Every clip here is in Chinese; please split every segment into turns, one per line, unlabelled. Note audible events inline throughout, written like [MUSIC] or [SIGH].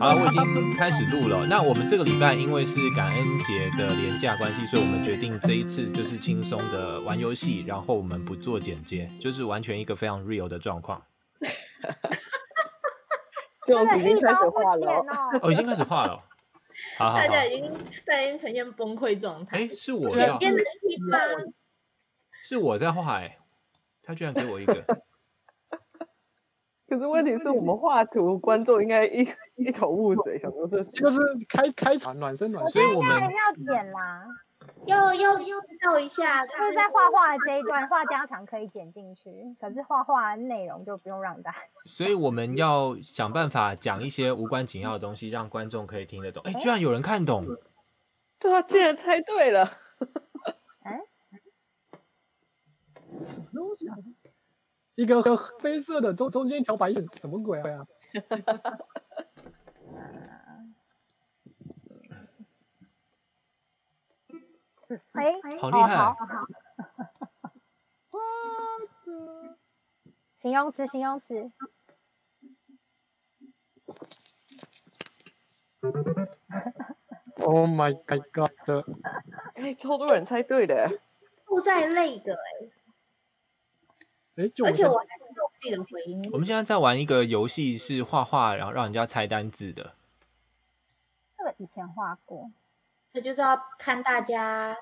好，我已经开始录了。那我们这个礼拜因为是感恩节的廉价关系，所以我们决定这一次就是轻松的玩游戏，然后我们不做剪接，就是完全一个非常 real 的状况。
就
大家
已经
一
开
刀不
始画
剪
了，
哦，
哦，已经开始画了哦。好好
大
好，
家已经大家已经呈现崩溃状态。
哎，是我
左
要，
边的地方，
是我在画哎，他居然给我一个，
可是问题是我们画图，观众应该一 [LAUGHS] 一头雾水，想说这是
这个是开开场啊暖身暖
哦
身，
所以我
当然
们
要剪啦，
要要要知道一下，
就
他
是在画画的这一段，画家常可以剪进去，可是画画内容就不用让大家知
所以我们要想办法讲一些无关紧要的东西，让观众可以听得懂。哎，居然有人看懂，
[LAUGHS] 对啊，竟然猜对了，
一个黑色的中中间一条白线，什么鬼啊？
道。哎，
好厉害
哦好好形容词，形容词，
Oh my my god！
哎，超多人猜对的，
负债类的，
哎，就
而且
这
我还是有自己的回音。
我们现在在玩一个游戏，是画画，然后让人家猜单字的。
这个以前画过，
他就是要看大家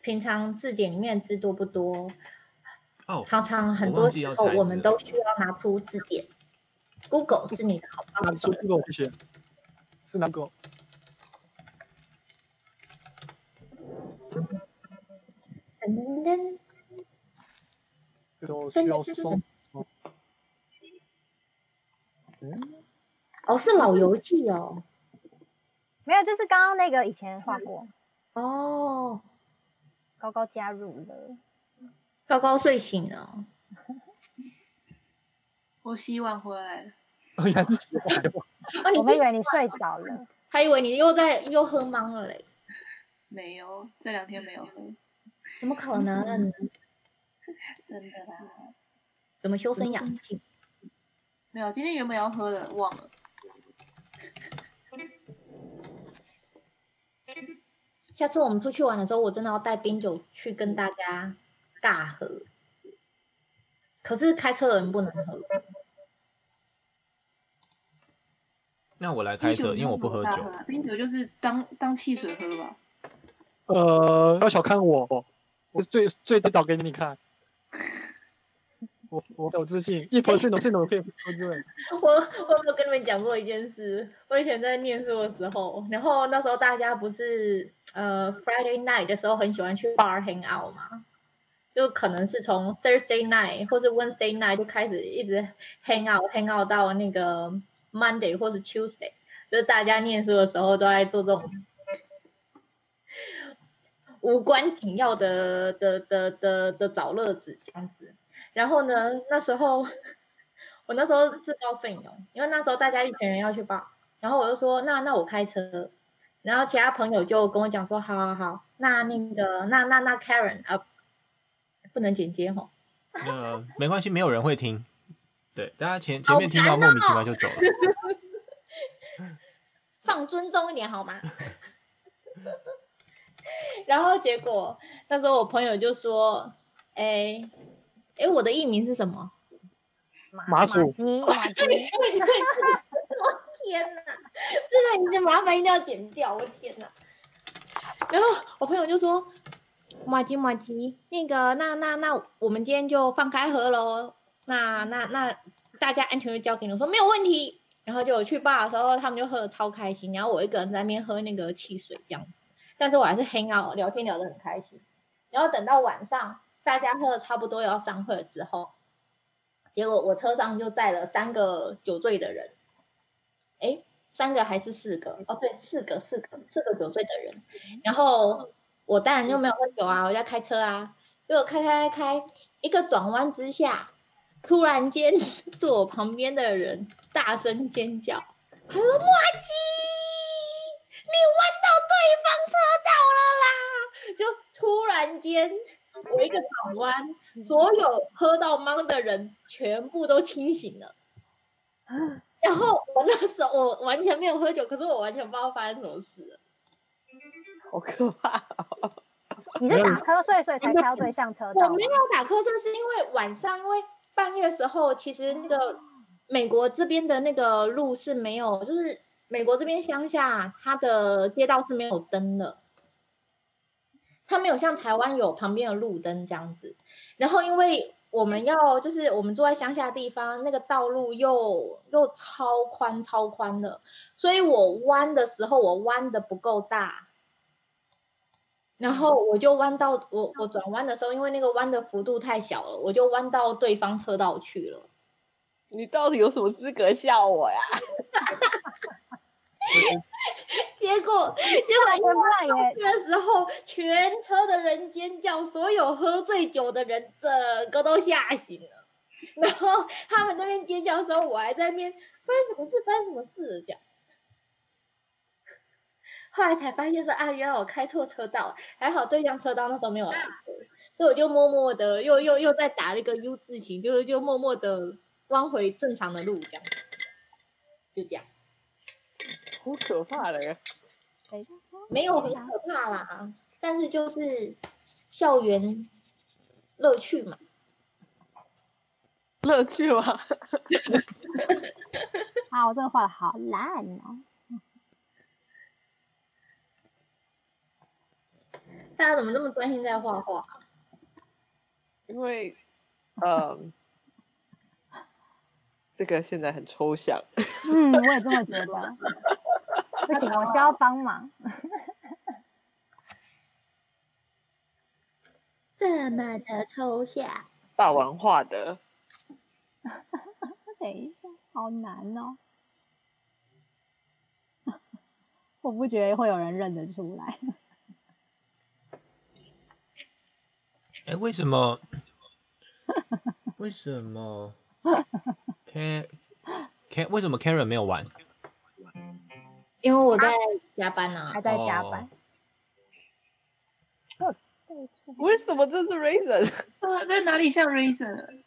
平常字典里面字多不多，
哦，
常常很
我
多
忘记
时
要
候
猜字
我们都需要拿出字典。Google 是你的好
拿
啊
帮手
出，这个我写，是哪个？
噔噔噔，
就
真
需
的
要
真的
双
哦，是老游记哦，
没有，就是刚刚那个以前画过，
哦，
高高加入了，
高高睡醒了，
我洗碗回来了，
哎呀，是写完了
哦，你
我
不
们以为你睡着了，
还以为你又在又喝懵了嘞，
没有，这两天没有喝，
怎么可能？
真的啦，
怎么修身养性？
没有。今天原本要喝的，忘了。
下次我们出去玩的时候，我真的要带冰酒去跟大家尬喝。可是开车的人不能喝，
那我来开车，因为我不喝酒。
冰酒就是当当汽水喝吧。
呃，不要小看我，我是最最跌倒给你看。我我有自信，一盆是浓是浓可以喝醉。
我我有没有跟你们讲过一件事？我以前在念书的时候，然后那时候大家不是呃 Friday night 的时候很喜欢去 bar hang out 嘛，就可能是从 Thursday night 或是 Wednesday night 就开始一直 hang out hang out 到那个 Monday 或是 Tuesday，就是大家念书的时候都在做这种无关紧要的的的的的找乐子这样子。然后呢，那时候我那时候自告奋勇，因为那时候大家一群人要去报，然后我就说那那我开车，然后其他朋友就跟我讲说好好好，那那个那那那 Karen 啊、不能剪接吼，
那没关系，没有人会听。对，大家前前面听到莫名
哦
其妙就走了。
放尊重一点好吗？ [LAUGHS] 然后结果那时候我朋友就说，哎哎我的艺名是什么？
麻薯
鸡，
嗯
马鸡，
天哪，这个已经麻烦一定要剪掉，我天哪！然后我朋友就说：“马吉马吉，那个那那那，我们今天就放开喝喽。那那那，大家安全就交给你。”我说没有问题。然后就我去吧的时候，他们就喝的超开心，然后我一个人在那边喝那个汽水这样子，但是我还是 hang out 聊天聊得很开心。然后等到晚上，大家喝的差不多要散会的时候，结果我车上就载了三个酒醉的人，诶，三个还是四个？哦，对，四个，四个，四个酒醉的人。然后我当然就没有喝酒啊，我在开车啊，结果开开开，一个转弯之下，突然间坐我旁边的人大声尖叫，他说：“莫基，你弯到对方车道了啦！”就突然间，我一个转弯， [LAUGHS] 所有喝到懵的人全部都清醒了。然后我那时候我完全没有喝酒，可是我完全不知道发生什么事了。
[LAUGHS] 好可怕！
你是打瞌睡所以才开到对向车
我
道
没
吗？
有打瞌睡，是因为晚上，因为半夜的时候，其实那个美国这边的那个路是没有，就是美国这边乡下，它的街道是没有灯的，它没有像台湾有旁边有路灯这样子。然后因为我们要就是我们住在乡下地方，那个道路又又超宽超宽的，所以我弯的时候我弯的不够大，然后我就弯到我我转弯的时候，因为那个弯的幅度太小了，我就弯到对方车道去了。
[LAUGHS] 你到底有什么资格笑我呀？ [LAUGHS]
结果结
我
果
不然也
那时候全车的人尖叫，所有喝醉酒的人整个都吓醒了。然后他们那边尖叫的时候，我还在那边发生什么事，发生什么事这样。后来才发现说啊，原来我开错车道，还好对向车道那时候没有来过，所以我就默默的又又又在打了一个 U 字形，就是就默默的弯回正常的路这样，就这样，
好可怕嘞！
哎
没有很可怕啦，但是就是校园乐趣嘛。
乐趣吗？
啊，我这个画的好烂哦。
大家怎么这么专心在画啊画？
因为，嗯，这个现在很抽象。
嗯，我也这么觉得。不行，我需要帮忙。
这么的抽象，
霸王画的，
等一下，好难哦。 [LAUGHS] 我不觉得会有人认得出来。
哎，为什
[LAUGHS]
么？为什么？Can Can 为什么 Karen 没有玩？
因为我在加班啊
还。在加班
哦，
[LAUGHS] 为什么这是 [LAUGHS] reason？
啊，在哪里像 Reason？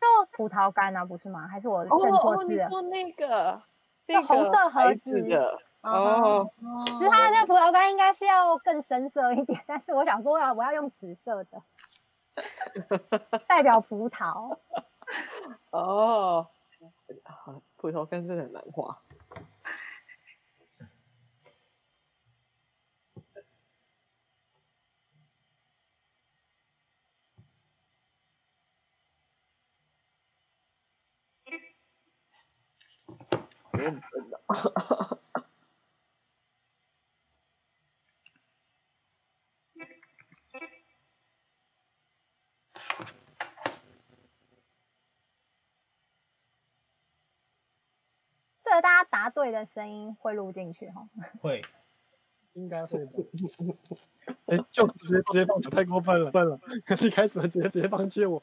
就葡萄干啊，不是吗？还是我认
哦
错
哦，你
字了？
说那个，
是
那
红色
个
盒
牌
子
子的，
嗯哼
哦，
哦
只是它那个葡萄干应该是要更深色一点，但是我想说要我要用紫色
[LAUGHS]
的，代表葡萄。
哦，啊葡萄干真的很难画。
这个大家答对的声音会录进去哈。
会
应该会吧。哎，就直接直接放弃，太过分了，分了！ [LAUGHS] 一开始直接直接放弃我，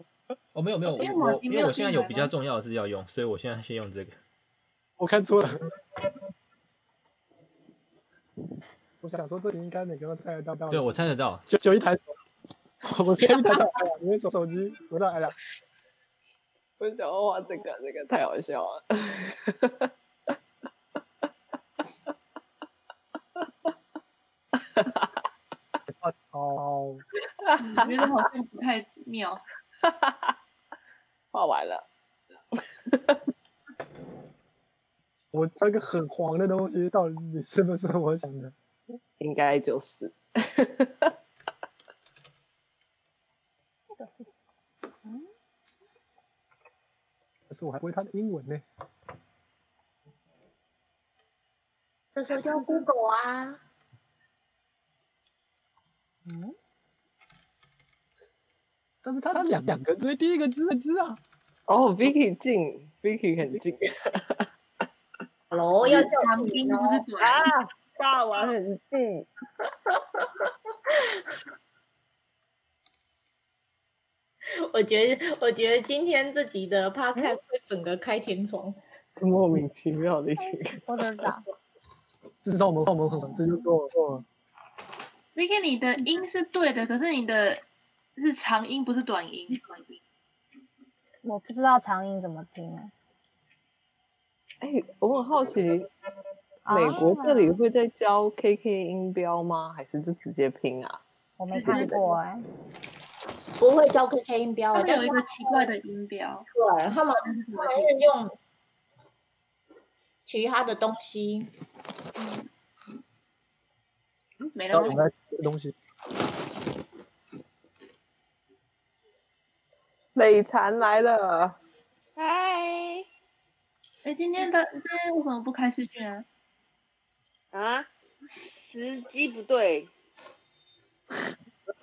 哦，没有没有，我
因为马
我
蹄
因
没
为
有
我现在
进
有
来
比
吗
较重要的事要用，所以我现在先用这个。
我看错了。我想说，这里应该每个人都猜得到。
对，我猜得到，
九九一抬头， [LAUGHS] 我可以抬头。哎呀，你的手手机，我在哎呀，
我想要画这个，这个太好笑了。
哦，
我觉得好像不太妙。
画完了，
我那个很黄的东西，到底是不是我想的？
应该就是
可是我还不会它的英文呢。
这时候就要 Google 啊，
但是它它两两个字，第一个字字啊，
哦，Vicky 近，Vicky 很近
喽，要叫
长音不是短，
啊，霸王很
[LAUGHS]
近，
我觉得，我觉得今天这集的 podcast 会整个开天窗。
[LAUGHS] 莫名其妙的一群人。
我不知道，
至少我们我们很这就够了够了。
[LAUGHS] Vicky，你的音是对的，可是你的是长音，不是短音。
我不知道长音怎么拼啊。
哎、我很好奇，
啊
美国这
哦
里会在教 KK 音标吗？还是就直接拼啊？
我没看过哎、
不会教 KK 音标
他
欸，但
们有
是
一
他
个奇怪的音标，
对他们
那是什么
还是用其他的东西。
嗯没
然
了
后我。们来吃东西，
累残来了，
嗨
哎，今天的今天为什么不开视讯啊？
啊，时机不
[LAUGHS]
对，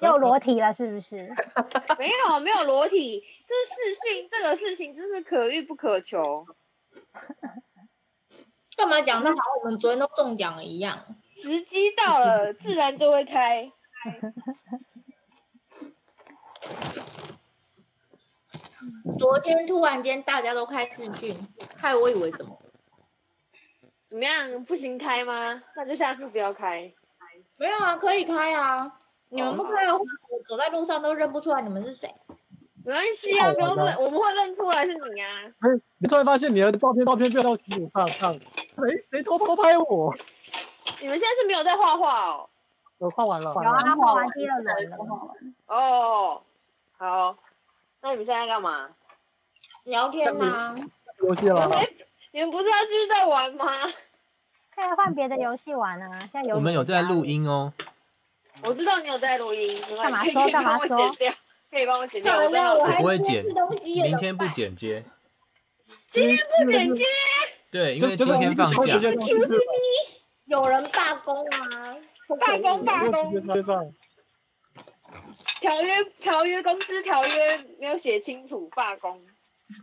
又裸体了是不是？
没有没有裸体，这视讯这个事情真是可遇不可求。
干嘛讲？那好像我们昨天都中奖了一样。
时机到了，自然就会开。
昨天突然间大家都开视讯，害我以为怎么？
怎么样？不行开吗？那就下次不要开。
没有啊，可以开啊。你们不开的话，我走在路上都认不出来你们是谁。
没关系
哦
啊，
好
不用
的
认，我们会认出来是你啊。
不是你突然发现你的照片照片变到群主上上，谁谁偷偷拍我？
你们现在是没有在画画哦。
我画完了，
有啊，画完第二轮了。
哦，好，那你们现在干嘛？
聊天啊呐、
游戏了，
你们不是要继续在玩吗？
可以换别的游戏玩啊，现在有
我们有在录音哦，
我知道你有在录音，没关
干嘛
系
说
可以
干嘛
帮我剪
说
掉，可以帮我剪掉。
好
我在
了，
录
我
音
还
不会
今天
剪
吃东西耶
明天不
怎么办
剪接。
今天不剪接，
对，因
就
为
就
今
是
天放假
直，接上去
有人罢工啊，不可
罢
以
工罢
就直接
工，
上，
条约条约公司条约没有写清楚，罢工。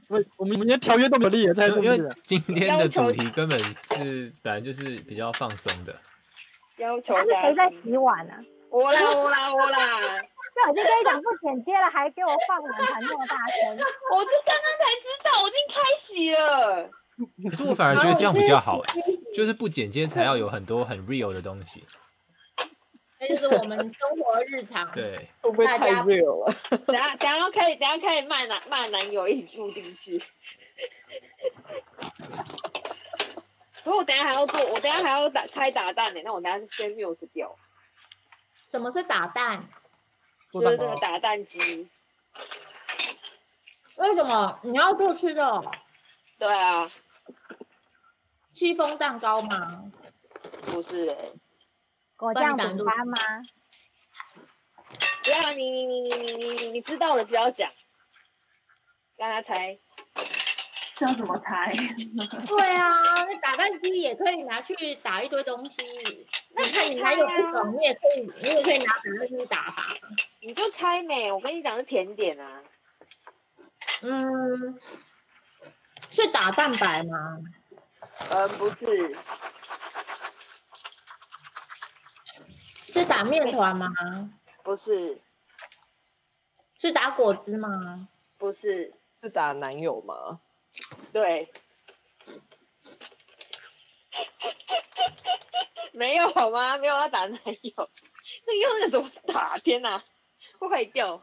我我们连条约都没有立，也在
因
录
为因
音
为今天的主题根本是本来就是比较放松的。
要求
他是
加
谁在
薪
洗碗啊？
我啦我啦我啦！ [LAUGHS]
就已经跟你讲不剪接了，还给我放碗盘这么大 [LAUGHS] 声，
我这刚刚才知道，我已经开洗了。
可是我反而觉得这样比较好哎、就是不剪接才要有很多很 real 的东西。
那就是我们生活日常。
对，
会不会太
大家
real 了？
[LAUGHS]
等下等下要开始，等下开始骂男骂男友一起住进去。 [LAUGHS] 不过我等下还要做，我等下还要打开打蛋呢、那我等下先 mute 掉，
什么是打蛋？
做
就
蛋
是这个
糕，
打蛋机。
[LAUGHS] 为什么你要做吃的哦？
对啊，
戚风蛋糕吗？
不是、欸，
果酱饼干吗？
不要你你你你你你你你知道的不要讲，让他猜。
这要怎么猜？
[LAUGHS] 对啊，那打蛋机也可以拿去打一堆东西。你看你男友不懂，你也可以，你也可以拿打蛋机打他。
你就猜没，我跟你讲是甜点啊，
嗯，是打蛋白吗？
呃，不是，
是打面团吗？
不是，
是打果汁吗？
不是，
是打男友吗？
对，没有好吗？没有要打男友，那用那个怎么打？天哪，会坏掉！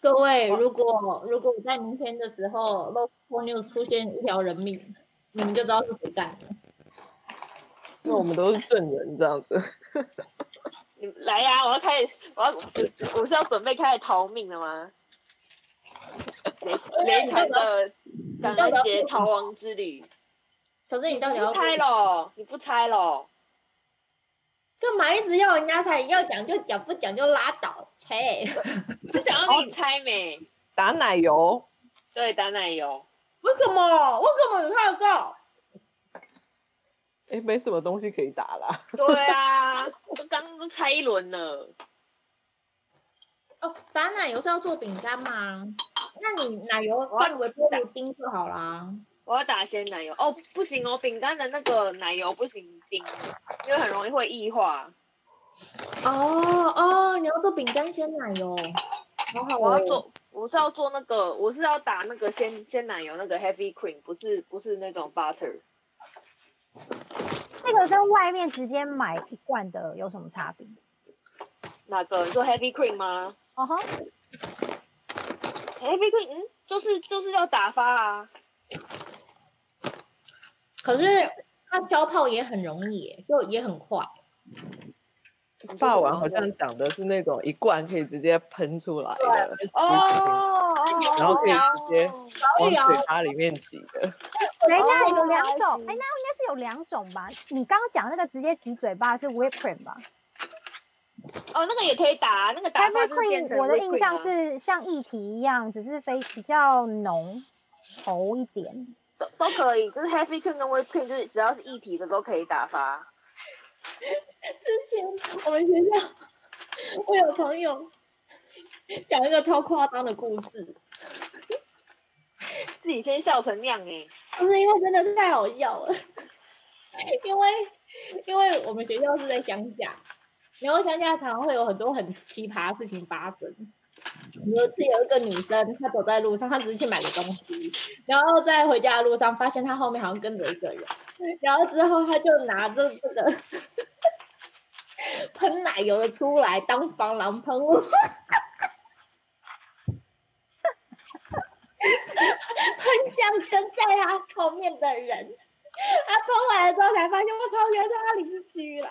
各位，如果如果在明天的时候 local news 出现一条人命，你们就知道是谁干的。
因为我们都是证人这样子。
你们来呀、我要开始，我要我是要准备开始逃命了吗？雷雷城的感恩节逃亡之旅，
可是你到底
不
要
猜喽，你不猜喽，
干嘛一直要人家猜？要讲就讲，不讲就拉倒。 [LAUGHS] 切，
不想要你猜没？
打奶油，
对，打奶油，
为什么？为什么你看得到？
哎、没什么东西可以打啦。
对啊， [LAUGHS] 我刚刚都猜一轮了。
哦，打奶油是要做饼干吗？那你奶油放微波炉叮就好啦。
我要打鲜奶油哦，不行哦，饼干的那个奶油不行冰，因为很容易会异化。
哦哦，你要做饼干鲜奶油，好好
我
哦
要。做，我是要做那个，我是要打那个鲜鲜奶油那个 heavy cream，不是不是那种 butter。
那个跟外面直接买一罐的有什么差别？
哪个？你说 heavy cream 吗
哦吼，
？heavy cream，嗯，就是就是要打发啊。
可是它消泡也很容易耶，就也很快。
霸王好像讲的是那种一罐可以直接喷出来的，
哦哦，
然后可以
哦
直接往嘴巴里面挤的。
等一下，
哦
有两种，
I
哎，那应该是有两种吧？你刚刚讲那个直接挤嘴巴是 whipped cream 吧
哦，那个也可以打，那个打发
？Every
就是变成
cream 我的
whipped
印象
cream 啊
是像液体一样，只是非比较浓 [LAUGHS] 稠一点。
都都可以，就是 heavy cream 跟 whipped cream 就是只要是一体的都可以打发。
之前我们学校，我有朋友讲一个超夸张的故事，
自己先笑成那样哎、
不是因为真的是太好笑了，因为因为我们学校是在乡下，然后乡下常常会有很多很奇葩的事情发生。比如是有一个女生，她走在路上，她只是去买个东西，然后在回家的路上发现她后面好像跟着一个人，然后之后她就拿着这个喷奶油的出来当防狼喷雾，喷向跟在他后面的人。 [LAUGHS] 他喷完了之后才发现，我靠，原来是他邻居啦！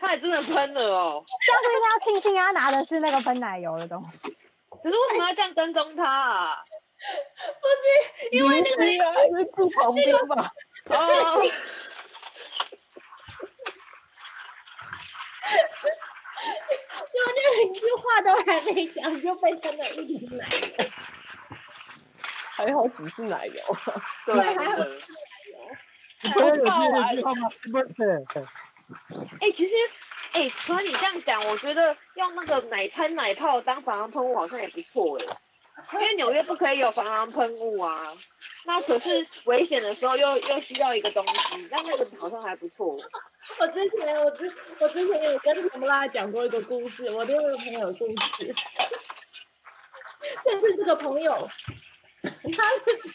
他也真的喷了哦。
但是他庆幸他拿的是那个喷奶油的东西，
可是为什么要这样跟踪他 [LAUGHS] 啊？
不是因为那个邻
还是啊住旁边吧，
哦，
就那个邻居话都还没讲，就被喷了一瓶奶油。
[LAUGHS] 还好只是奶油。
对，真的
你不要有第一句话吗？Birthday，
哎、其实，哎、除了你这样讲，我觉得用那个奶喷奶泡当防狼喷雾好像也不错哎、因为纽约不可以有防狼喷雾啊。那可是危险的时候又又需要一个东西，那那个好像还不错。
我之前，我之我之前有跟唐拉讲过一个故事，我另外一个朋友的故 [LAUGHS] 事，但是这个朋友，他是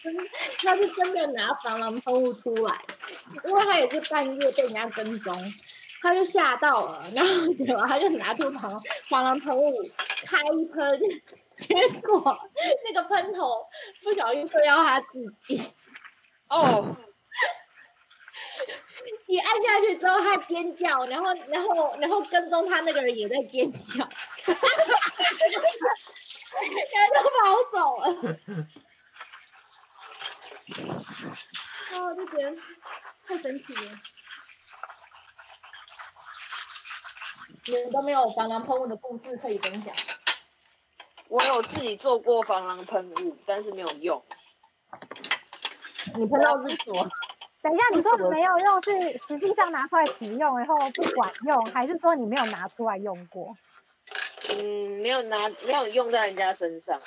真，他是真的拿防狼喷雾出来，因为他也是半夜被人家跟踪，他就吓到了，然后结果他就拿出防防狼喷雾开喷，结果那个喷头不小心射到他自己。
哦，
你按下去之后，他尖叫，然后，然后，然后跟踪他那个人也在尖叫，然后就跑走了。然后我就觉得太神奇了。你们都没有防狼喷雾的故事可以分享，
我有自己做过防狼喷雾，但是没有用。
你喷到啊是什么？
等一下，你说没有用是实际上拿出来使用，然后不管用，还是说你没有拿出来用过？
嗯，没有拿，没有用在人家身上，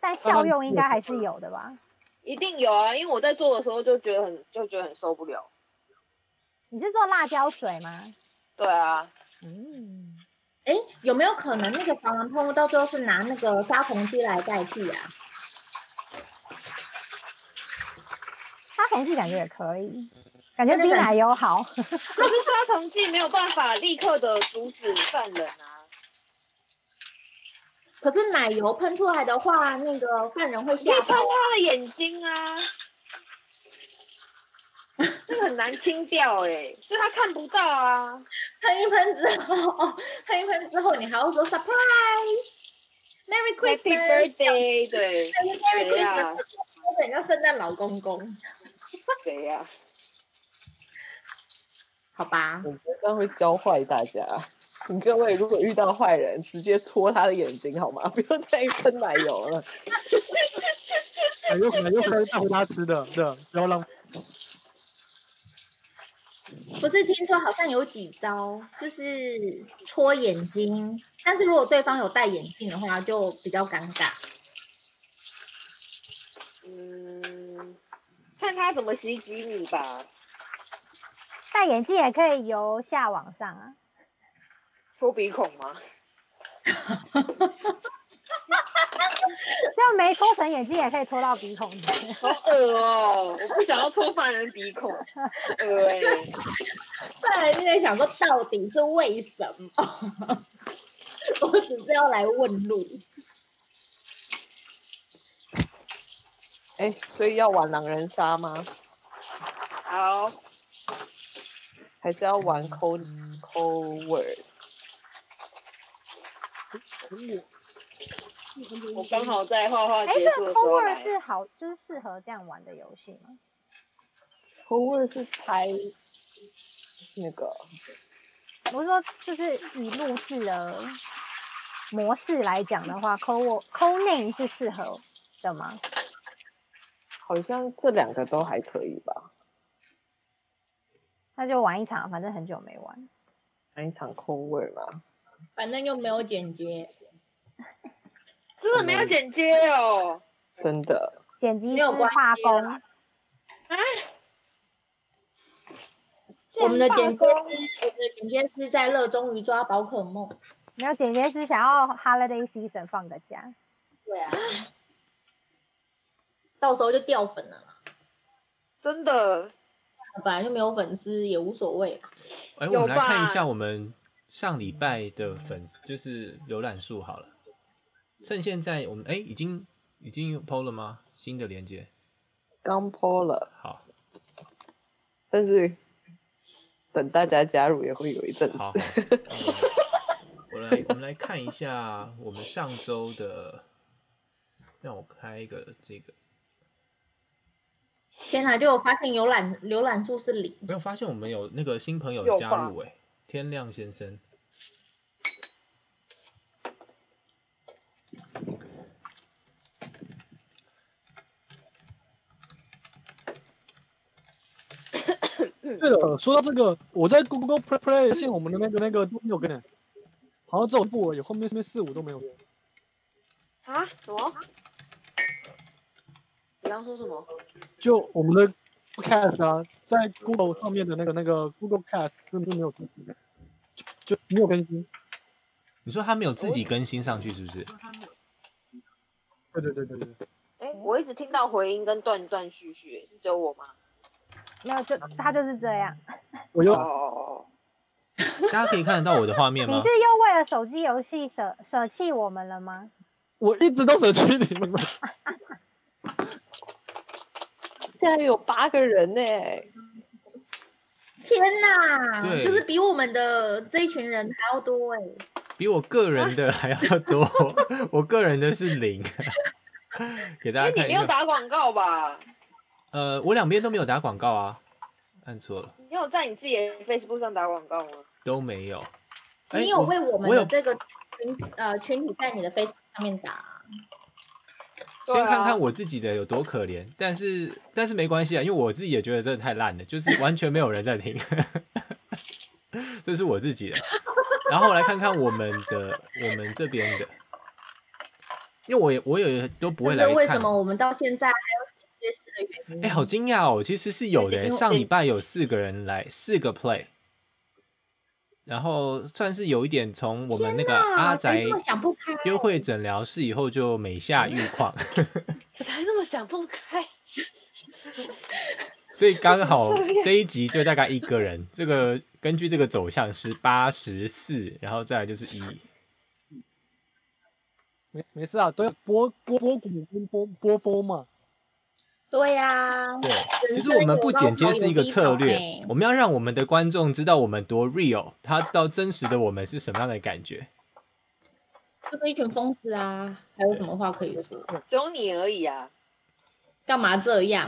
但效用应该还是有的吧？
一定有啊。因为我在做的时候就觉得很，就觉得很受不了。
你是做辣椒水吗？
对啊，
嗯，
哎，有没有可能那个防狼喷雾到最后是拿那个杀虫剂来代替啊？
杀虫剂感觉也可以，感觉比奶油好。
可是杀虫剂没有办法立刻的阻止犯人啊。
可是奶油喷出来的话，那个犯人会
你
吓
可以喷
到。
他的眼睛啊，这个很难清掉哎、就他看不到啊。
喷一喷之后，喷一喷之后，你还要说 surprise，Merry
Happy
Christmas，
birthday，对，
还是 Merry
谁呀
Christmas，或者你叫圣诞老公公，
谁呀、
好吧？
我觉得这样会教坏大家。你各位如果遇到坏人，直接戳他的眼睛好吗？不 [LAUGHS] 要再喷奶油了。
哎有可能又可以带回家吃的，对，然后让
不是听说好像有几招，就是戳眼睛，但是如果对方有戴眼镜的话，就比较尴尬。
嗯，看他怎么袭击你吧。
戴眼镜也可以由下往上啊。
戳鼻孔吗？
就没搓成眼睛也可以搓到鼻孔里。
好恶哦、我不想要戳犯人鼻孔，恶哎、
犯人就在想说，到底是为什么？ [LAUGHS] 我只是要来问路。
哎，所以要玩狼人杀吗？
好，
还是要玩 cold cold word？
我刚好在画画
哎，
结
这个
束的时
c o
候
w r
来。
是好，就是适合这样玩的游戏吗？
cold word 是猜那个
我说，就是以录制的模式来讲的话 c o c o name 是适合的吗？
好像这两个都还可以吧？
那就玩一场，反正很久没玩。
玩一场 cold word 嘛，
反正又没有剪接，
真的没
嗯
有剪接哦，
真的
剪辑
没
师
有关
画
系
工
啦
竟然
我们的
罢
剪接
工
师，我们的剪接师在热衷于抓宝可梦。
没有剪接师想要 holiday season 放个假，
对啊，到时候就掉粉了啦。
真的。
本来就没有粉丝也无所谓啦。
哎、我
有
们来看一
吧
下我们上礼拜的粉丝，就是浏览数好了。趁现在我们哎、已经已经 PO 了吗？新的连接
刚 po 了，
好，
但是等大家加入也会有一阵子。
好，好嗯我来我们来看一下我们上周的，让我开一个这个，
天哪，就我发现浏览浏览数是零，
没有发现我们有那个新朋友
有
加
吧
入哎、天亮先生。
对了，说到这个，我在 Google Play Play 现我们的那个那个都没有跟呢，好像只有部而已，后面后面四五都没有。
啊？什么？你刚说什么？
就我们的 Cast 啊，在 Google 上面的那个那个 Google Cast 真的是没有更新的，就就没有更新。
你说他没有自己更新上去是不是？
对对对对对，
哎、我一直听到回音跟断断续续，是只有我吗？
没有就
嗯
他就是这样。
我
哦
就
哦
大家可以看得到我的画面
你
吗
是？又为了手机游戏舍舍弃我们了吗？
我一直都舍弃你们。
现在有八个人呢、
天哪，
对
就是比我们的这一群人还要多哎、
比我个人的还要多，我个人的是零。给大
哎、
家
你
看
没
一
有
下，
打广告吧？
呃，我两边都没有打广告啊，按错了，
你有在你自己的 Facebook 上打广告吗？ [LAUGHS]
都没有。哎
你有为我们
我有
的这个群呃群体在你的 Facebook 上面打啊、
先看
对啊
看我自己的有多可怜，但是但是没关系啊，因为我自己也觉得真的太烂了，就是完全没有人在听， [LAUGHS] 这是我自己的。然后来看看我们的我们这边的，因为我也我也都不会来
那
看。
为什么我们到现在还有剪接师的原因？
哎、好惊讶哦！其实是有的
因
耶，
为
上礼拜有四个人来，四个 play，然后算是有一点从我们那个
啊
阿宅
真的想不开，
约会诊疗室以后就
[LAUGHS]
每下愈况，
才那么想不开，
所以刚好这一集就大概一个人。这个根据这个走向是八十四，然后再来就是
哦
一，
[LAUGHS] 没没事啊，都要波波波谷跟波波峰嘛。
对呀、
对，
人
其实
生
我们
有
不
高
剪接
潮
是
有
一个
低
策
潮
略
哎，
我们要让我们的观众知道我们多 real，他知道真实的我们是什么样的感觉。
就是一群疯子啊，还有什么话可以说？
只有你而已啊。
干嘛这样？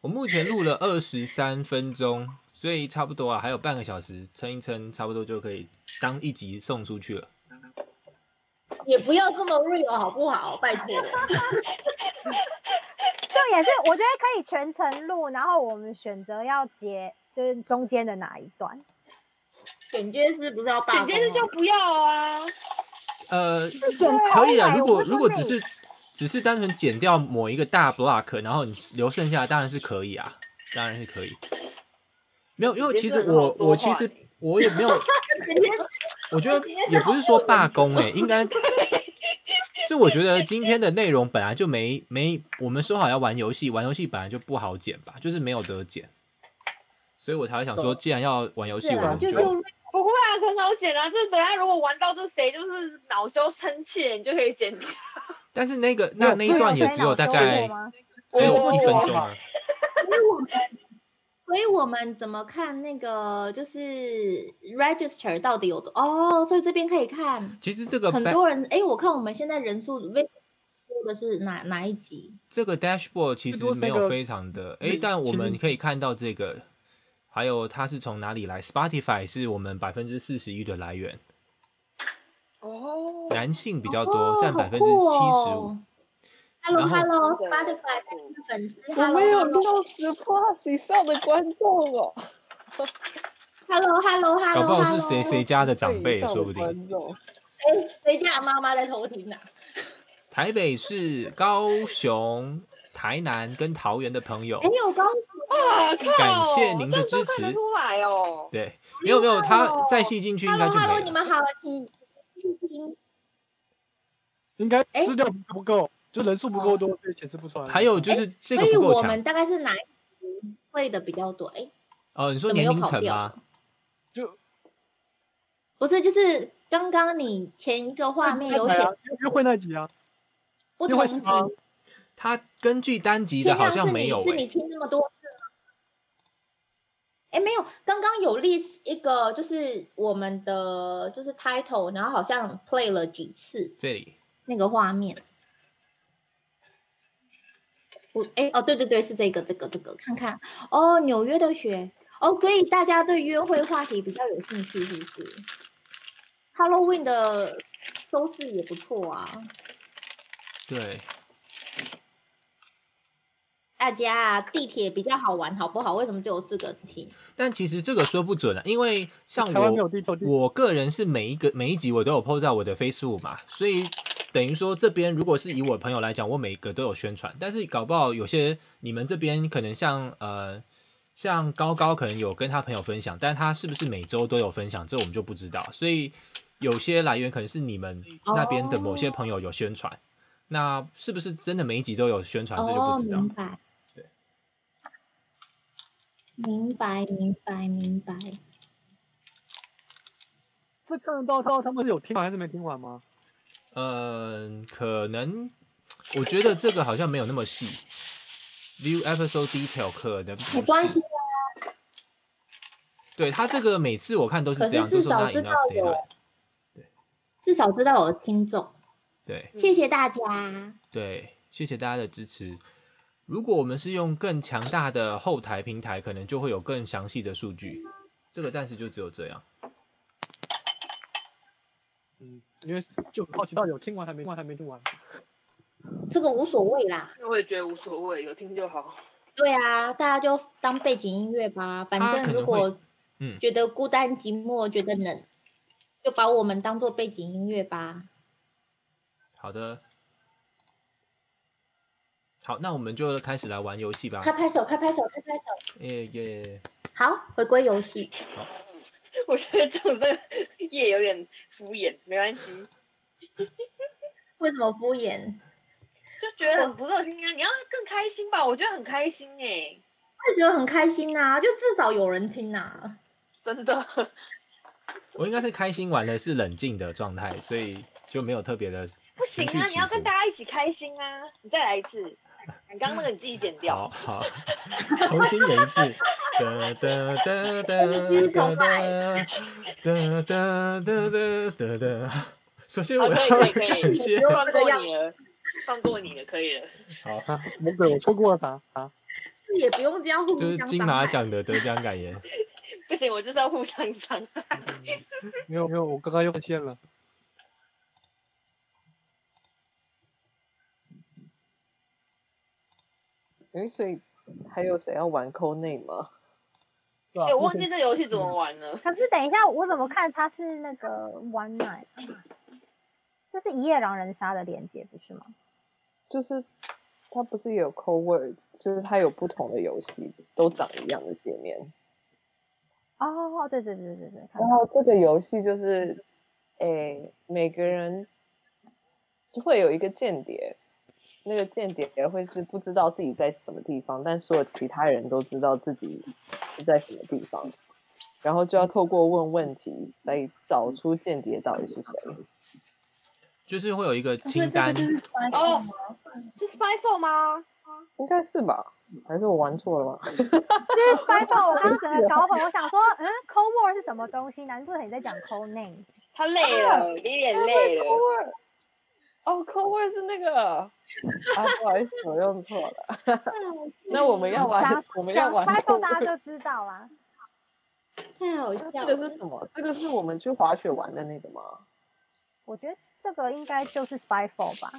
我目前录了二十三分钟，所以差不多啊，还有半个小时，撑一撑，差不多就可以当一集送出去了。
也不要这么 real 好不好？拜托，
这也是我觉得可以全程录，然后我们选择要截就是中间的哪一段。
剪接师不是要罢工吗？
剪接师就不要啊，
呃，
选
可以啊，如果
我不
如果
说
只是只是单纯剪掉某一个大 block，然后你留剩下的当然是可以啊，当然是可以。没有，因为其实
你真的很
我
好说话
我其实
欸
我也没
[LAUGHS]
有，我觉得也不是说罢工哎、应该是我觉得今天的内容本来就没没我们说好要玩游戏，玩游戏本来就不好剪吧，就是没有得剪，所以我才会想说，既然要玩游戏，
是
我
啊
啦
们
就
就
不会啊，很好剪啊。就等下如果玩到这谁就是恼羞生气，你就可以剪掉。
但是那个那那一段也只有大概只
哦
有一分钟啊。
所以我们怎么看那个就是 register 到底有多？哦，所以这边可以看
其实这个
很
back-
多人。哎，我看我们现在人数为说的是哪哪一集？
这个 dashboard 其实没有非常的
嗯
诶，但我们可以看到这个，还有它是从哪里来？Spotify 是我们百分之四十一的来源，
哦，
男性比较
哦
多，占百分之七十五
好。
然后
Hello，Hello，Spotify 的粉丝
[LAUGHS] 我们有
，Hello，Hello，Hello，Hello，Hello，Hello
六十 plus 以上的观众哦，
Hello，Hello，Hello，
搞不好是谁谁家的长辈，
对以上的
说不定。
观众
哎，谁家的妈妈在偷听啊？
台北市、高雄、台南跟桃园的朋友
哎，，有高
哇靠！
感谢您的支
这样都看得
持
出来哦，
对，没有没有，他再细进去应该就没
Hello，Hello，你
了。
们好，请听听。
应该
哎
资料不够，就人数不够多，所以显示不出来。
还有就是这
哎所
个
以
不够
我
强
们大概是哪一集会的比较多？哎，
哦，你说
怎么
年
又
龄
跑
层
掉
吗？
不是，就是刚刚你前一个画面有显
啊约会那集啊，
不
约会
同集，
啊
他根据单集的
天
好
亮啊是
像没
你
有哎
是
诶、
你听那么多次吗？哎，没有，刚刚有 list 一个，就是我们的就是 title，然后好像 play 了几次
这里
那个画面。我哎哦，对对对，是这个这个这个，看看哦，纽约的雪哦，所以大家对约会话题比较有兴趣，是不是？Halloween 的收视也不错啊。
对，
大家地铁比较好玩，好不好？为什么只有四个题？
但其实这个说不准啊，因为像
台湾没有
我
地球地，
我个人是每一个每一集我都有 PO 在我的 Facebook 嘛，所以等于说这边如果是以我朋友来讲，我每一个都有宣传，但是搞不好有些你们这边可能像呃。像高高可能有跟他朋友分享，但他是不是每周都有分享，这我们就不知道。所以有些来源可能是你们那边的某些朋友有宣传，那是不是真的每一集都有宣传，这就
哦
不，知道。
明白。明白，明白，明白。
这看得到到他们是有听完还是没听完吗？
嗯，可能我觉得这个好像没有那么细。View episode detail 可能不
没关系
是，对他这个每次我看都是
可
这
是
样，
至
就是
少
那
知
enough
道
daylight
我。至少知道我的听众，
对
谢谢大家。
对，谢谢大家的支持。如果我们是用更强大的后台平台，可能就会有更详细的数据。这个但是就只有这样。
嗯，因为就好奇到有听完还没听完还没听完。
这个无所谓啦，
我也觉得无所谓，有听就好。
对啊，大家就当背景音乐吧。
他
反
可
正
能
如果
嗯
觉得孤单寂寞，觉得冷，就把我们当做背景音乐吧。
好的，好，那我们就开始来玩游戏吧
拍。拍手，拍拍手，拍拍手。
耶耶，
好，回归游戏。
我觉得这种的也有点敷衍，没关系，
为什么敷衍？
就觉得很不热心啊。你要更开心吧，我觉得很开心哎、
会觉得很开心呐、就至少有人听啊呐、
真的。
我应该是开心玩的是冷静的状态，所以就没有特别的
不
情
行
绪
啊，你
起
要
伏
跟。大家一起开心啊！你再来一次，你刚刚那个你自己剪
好
掉。
好，重新演一次。哒哒哒
[LAUGHS]
哒哒哒哒哒哒哒哒哒。首先
啊，
我
可以
要
可以可
看一
以，
些
放过你了，放过你了，可以了。
好，
[LAUGHS] 啊，魔鬼，我错过了啥啊？
是也不用这样互
就是
相
金
伤
马
害。
奖的得奖感言。
[LAUGHS] 不行，我就是要互相伤害。
没有没有，我刚刚又发现了。
哎，所以还有谁要玩 code name 吗？
对吧
哎、我忘记这游戏怎么玩了。
可是等一下，我怎么看它是那个 One Night，啊这是一夜狼人杀的连接，不是吗？
就是它不是也有 code words，就是它有不同的游戏都长一样的界面。
哦，对对对对对，看
然
到
后这个游戏就是，诶，每个人就会有一个间谍，那个间谍会是不知道自己在什么地方，但所有其他人都知道自己是在什么地方，然后就要透过问问题来找出间谍到底是谁。
就是会有一个
所以
清
这个
单
就，是传
哦
送吗
是 Spy Phone 吗？
应该是吧？还是我玩错了吧？ [LAUGHS]
就是 Spy Phone，我刚刚整个搞混，我想说，嗯，Cold War 是什么东西？难怪你在讲 Cold Name，
他累了，你有点累了。
Cover，哦，Cover 是那个啊，不好意思，我用错了。 [LAUGHS] 那我们要玩
讲，
我们要
讲
玩
Spy Phone 大
Cover。
家就知道啦。
太好笑
这
了。
个是什么？这个是我们去滑雪玩的那个吗？
我觉得这个应该就是 Spy Phone 吧。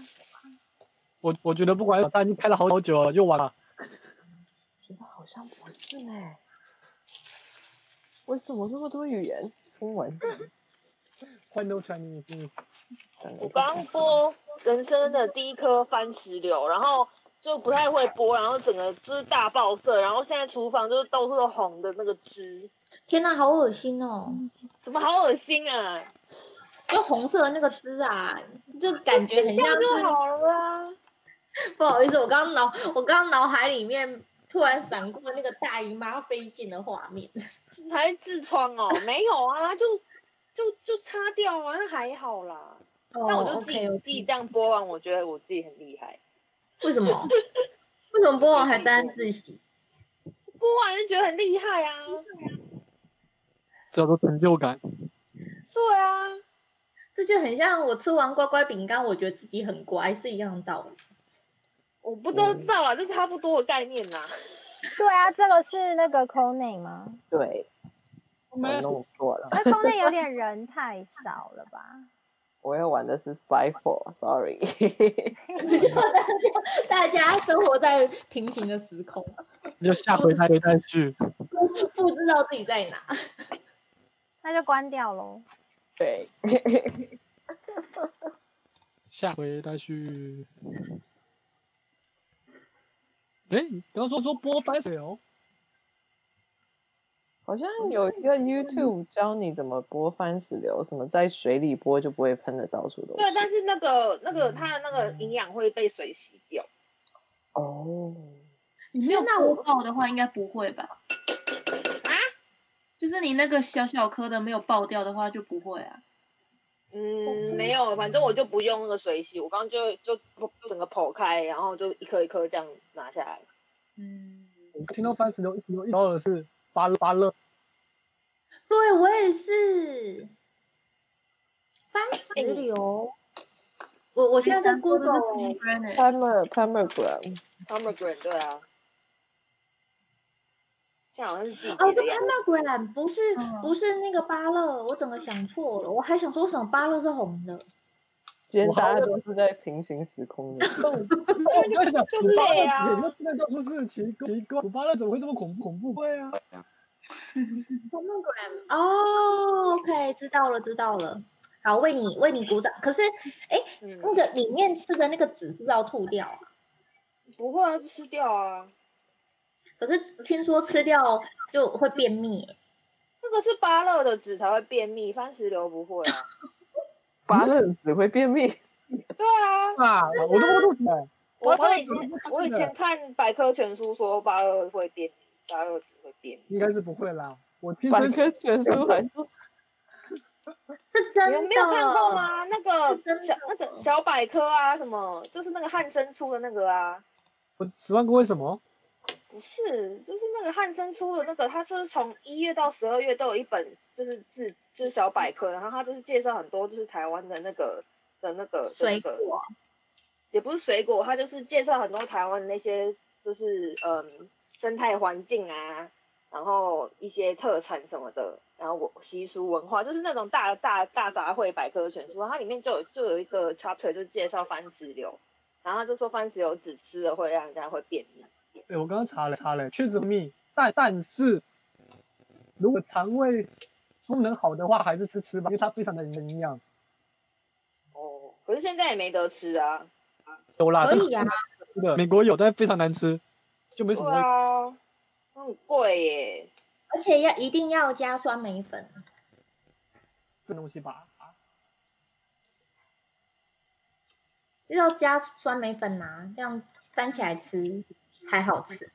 我我觉得不管，他已经开了好好久了，啊又完了。
觉得好像不是呢、为什么那么多语言？英文。 [LAUGHS]
换都传你，嗯
我刚播人生的第一颗番石榴，然后就不太会播，然后整个就是大爆射，然后现在厨房就是到处都红的那个汁，
天哪，好恶心哦！
怎么好恶心啊！
就红色的那个汁啊，就感觉很像。
就是好了啊，
不好意思，我刚脑我刚脑海里面突然闪过那个大姨妈飞进的画面。
你还痔疮哦？没有啊，就就就擦掉啊，那还好啦。
那
但我就自己自己这样播完，我觉得我自己很厉害。
为什么？为什么播完还沾自喜？
播完就觉得很厉害啊，
这叫做成就感。
对啊，
这就很像我吃完乖乖饼干，我觉得自己很乖是一样的道理。
我不都知道啦，就差不多的概念啦。
对啊，这个是那个 Cold Name 吗？
对，
我
我
们
弄错了。
那 Cold Name 有点人太少了吧？ [LAUGHS]
我要玩的是 Spy Four，Sorry。
[LAUGHS]
[LAUGHS]
大家生活在平行的时空，
就下回再回再去。
不知道自己在哪。
那就关掉喽。
对，
下回再去。哎，你刚刚说说播番石榴，
好像有一个 YouTube 教你怎么播番石榴，什么在水里播就不会喷的到处都
对，啊但
是。
是那个那个它的那个营养会被水洗掉。
哦，
你没有
那我
播爆的话，应该不会吧？啊？就是你那个小小颗的没有爆掉的话，就不会啊。
嗯，没有，反正我就不用那个水洗，我刚刚就就整个剖开，然后就一颗一颗这样拿下来。
嗯，
我听到番石榴一直有一到的是芭乐芭乐，
对我也是。番石榴，我我现在在
锅都
Google
是 pomegranate，
Primer Primer Gram，
Pomegranate，对啊，这好像是季节
哦，这
的样子。
pomegranate 不是
嗯
不是那个芭乐，我整个想错了，我还想说为什么芭乐是红的。
今天大家都是在平行时 [LAUGHS] 空的。
哦我在想，
[LAUGHS] 就
古巴
累
勒
啊
怎么那到处是奇怪奇怪，古巴勒怎么会这么恐怖恐怖？会啊，
pomegranate 哦，OK，知道了知道了，好，为你为你鼓掌。可是
嗯，
那个里面吃的那个籽是不是要吐掉啊？
不会啊，就吃掉啊。
可是听说吃掉就会便秘，
那个是芭乐的籽才会便秘，番石榴不会 [LAUGHS] 啊。
拔了只会便秘。
对啊，
啊，我都不起来。
我
芭
我
乐
以
怎么
前
会
我以
这样
前看百科全书说芭乐会便秘，芭乐籽会便秘。
应该是不会啦，我听
百
说
科全书还说
是真
你
的。
们没有看过？吗？那
嗯是真的
个
哦
小那个小百科啊，什么就是那个汉生出的那个啊，
我十万个为什么，
不是，就是那个汉生出的那个，他是从一月到十二月都有一本，就是自就是小百科，然后他就是介绍很多就是台湾的那个的那个的那
水
个，
果
也不是水果，他就是介绍很多台湾的那些就是嗯生态环境啊，然后一些特产什么的，然后我习俗文化，就是那种大大大杂烩百科全书，它里面就有就有一个 chapter 就介绍番石榴，然后他就说番石榴只吃了会让人家会便秘。
哎，我刚刚查了查了，确实密，但但是如果肠胃功能好的话，还是吃吃吧，因为它非常的营养。
哦，可是现在也没得吃啊。
有啦，
可
但
以啊
是，吃的，美国有，但非常难吃，就没什么
对
味道。
啊，很贵耶。
而且要一定要加酸梅粉。
这东西吧。
就要加酸梅粉啊，这样沾起来吃才好吃。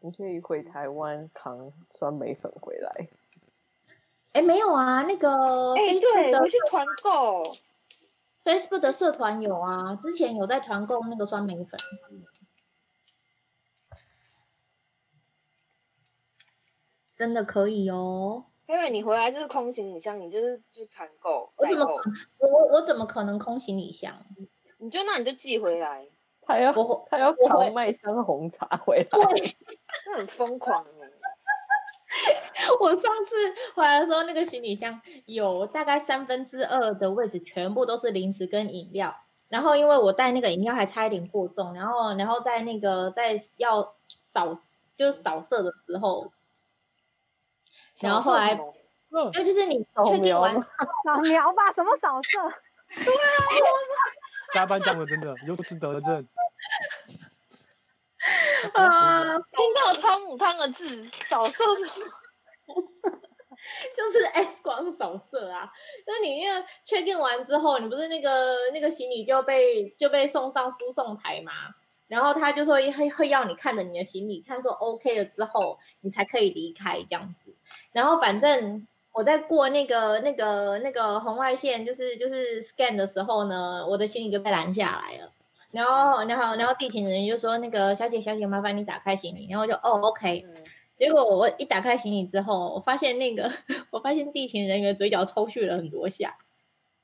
你可以回台湾扛酸梅粉回来。
哎，没有啊，那个
哎、
Facebook
对，
的
回去团购，
Facebook 的社团有啊，之前有在团购那个酸梅粉。真的可以哦！
因为你回来就是空行李箱，你就是就团购
我
代
怎么
购，
我我我怎么可能空行李箱？
你就那你就寄回来，
他要
我
他要
我
扛
会
麦香红 [LAUGHS] 茶回来，
那很疯狂哎、
我上次回来的时候，那个行李箱有大概三分之二的位置全部都是零食跟饮料。然后因为我带那个饮料还差一点过重，然后然后在那个在要扫就是扫射的时候， [LAUGHS] 然后后来
小时候什么
嗯，
因为就是你
扫
确定
描
完 [LAUGHS]
吗
扫描吧，什么扫射？
加班讲了，真的由此得证。
啊，
听到汤姆汤的字，早上
[LAUGHS] 就是 X 光扫射啊，就是你那个确定完之后，你不是那个那个行李就被就被送上输送台嘛，然后他就说会会要你看着你的行李，看说 OK 了之后，你才可以离开这样子。然后反正我在过那个那个那个红外线，就是就是 scan 的时候呢，我的行李就被拦下来了。然后，然后，然后地勤人员就说：“那个小姐，小姐，麻烦你打开行李。”然后我就哦，OK。结果我一打开行李之后，我发现那个，我发现地勤人员嘴角抽搐了很多下，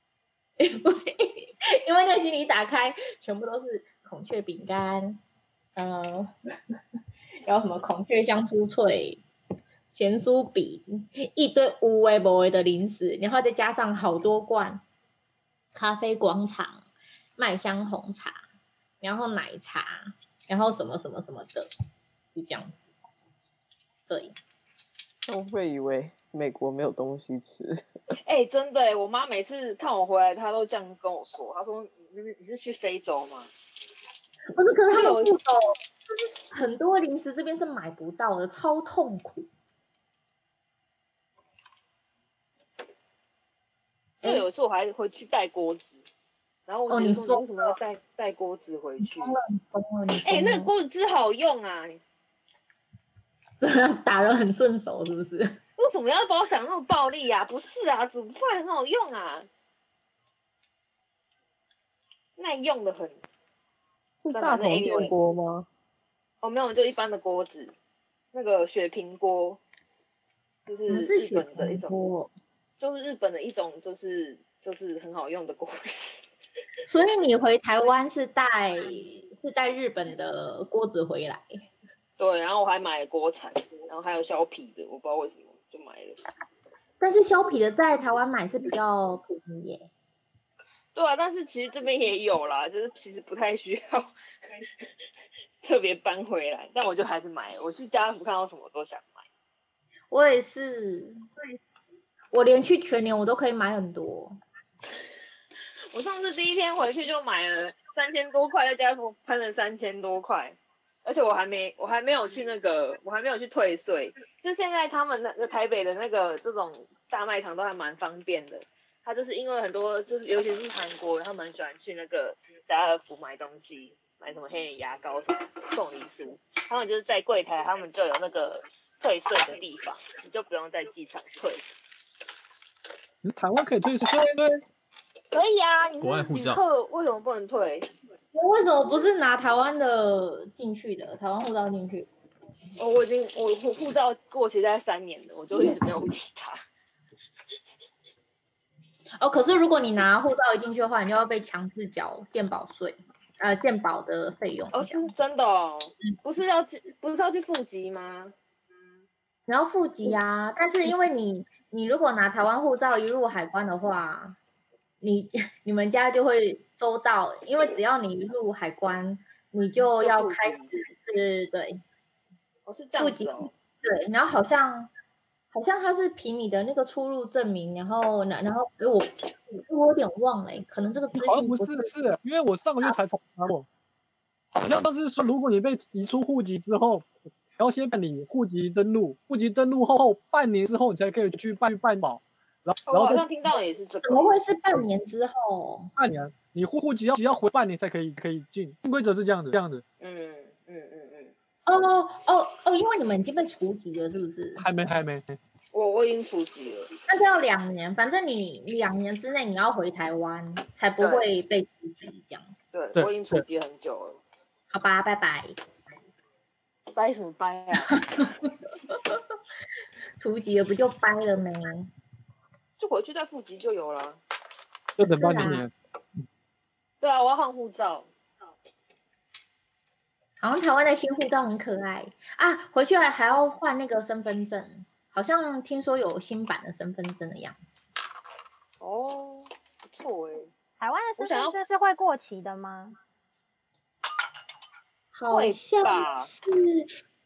[LAUGHS] 因为因为那个行李打开，全部都是孔雀饼干，呃， [LAUGHS] 然后什么孔雀香酥脆、咸酥饼，一堆无为不为的零食，然后再加上好多罐咖啡广场、麦香红茶，然后奶茶，然后什么什么什么的，就这样子。对，
我会以为美国没有东西吃。
哎、真的、欸，我妈每次看我回来，她都这样跟我说，她说你是你是去非洲吗？
不是，可是他们
有
不懂，就是很多零食这边是买不到的，超痛苦。
就有一次我还回去带锅子，然后我
嗯哦
姐
你
说你
疯
为什么要带带锅子回去？
疯了哦 [LAUGHS] 你
哎、
疯
那
了
个锅子真好用啊，你
怎么样打人很顺手，是不是？
为什么要把我想得那么暴力啊？不是啊，煮饭很好用啊，耐用的很。
是
真的
大
那
同
anyway
电锅吗？
哦，没有，就一般的锅子，那个雪平锅，就是
嗯
日
雪
本的一
梨
种，
锅，
就是日本的一种，就是就是很好用的锅子。 [LAUGHS]
所以你回台湾是带是带日本的锅子回来，
对，然后我还买了锅铲，然后还有削皮的，我不知道为什么就买了。
但是削皮的在台湾买是比较便宜耶。
对啊，但是其实这边也有啦，就是其实不太需要 [LAUGHS] 特别搬回来，但我就还是买了。我去家乐福看到什么都想买。
我也是，我连去全年我都可以买很多。
我上次第一天回去就买了三千多块，在家乐福喷了三千多块，而且我还没我还没有去那个我还没有去退税，就现在他们那个台北的那个这种大卖场都还蛮方便的。他就是因为很多就是尤其是韩国人，他们很喜欢去那个家乐福买东西，买什么黑人牙膏什么凤梨酥，他们就是在柜台他们就有那个退税的地方，你就不用在机场退。
你台湾可以退税，对对，
可以啊，你
国外
是
护
旅
照
客为什么不能退？
为什么不是拿台湾的进去的，台湾护照进去？
哦，我已经我护护照过期大概三年了，我就一直没有理他。
哦，可是如果你拿护照一进去的话，你就要被强制缴健保税，呃，健保的费用。
哦，是真的哦，不是要去不是要去复籍吗？
然后户籍啊，但是因为你你如果拿台湾护照一入海关的话，你 [LAUGHS] 你们家就会收到，因为只要你一入海关，你嗯就
就
要
户籍
开始，对对对
我、是这
户
样
籍
子哦。
对，然后好像好像他是凭你的那个出入证明，然后然然后哎我我有点忘了，欸可能这个资
好像
讯
不是是，因为我上个月才查过，好像当时说如果你被移出户籍之后，然后先办理户籍登录，户籍登录后半年之后你才可以去办办保，然后
哦我
然
好
后再
像听到也是这
怎么
个，
会是半年之后？
半年，你户户籍要只要回半年才可以可以进，规则是这样子这样子，
嗯嗯嗯嗯，
哦哦哦，因为你们已经被除籍了，是不是？
还没还没，
我我已经复籍了，
那那是要两年，反正你两年之内你要回台湾，才不会被出籍这样。
对，
对
我已经出籍很久了，
好吧，拜拜。
掰什么掰啊？ [LAUGHS]
出籍了不就掰了没？
就回去再复籍就有了。
就等半
是啊
年。
对啊，我要换护照。
好像台湾的新护照很可爱啊，回去还还要换那个身份证，好像听说有新版的身份证的样子。
哦，不错哎、
台湾的
我
身
想要
份证是会过期的吗？
好
会吧哎
像是，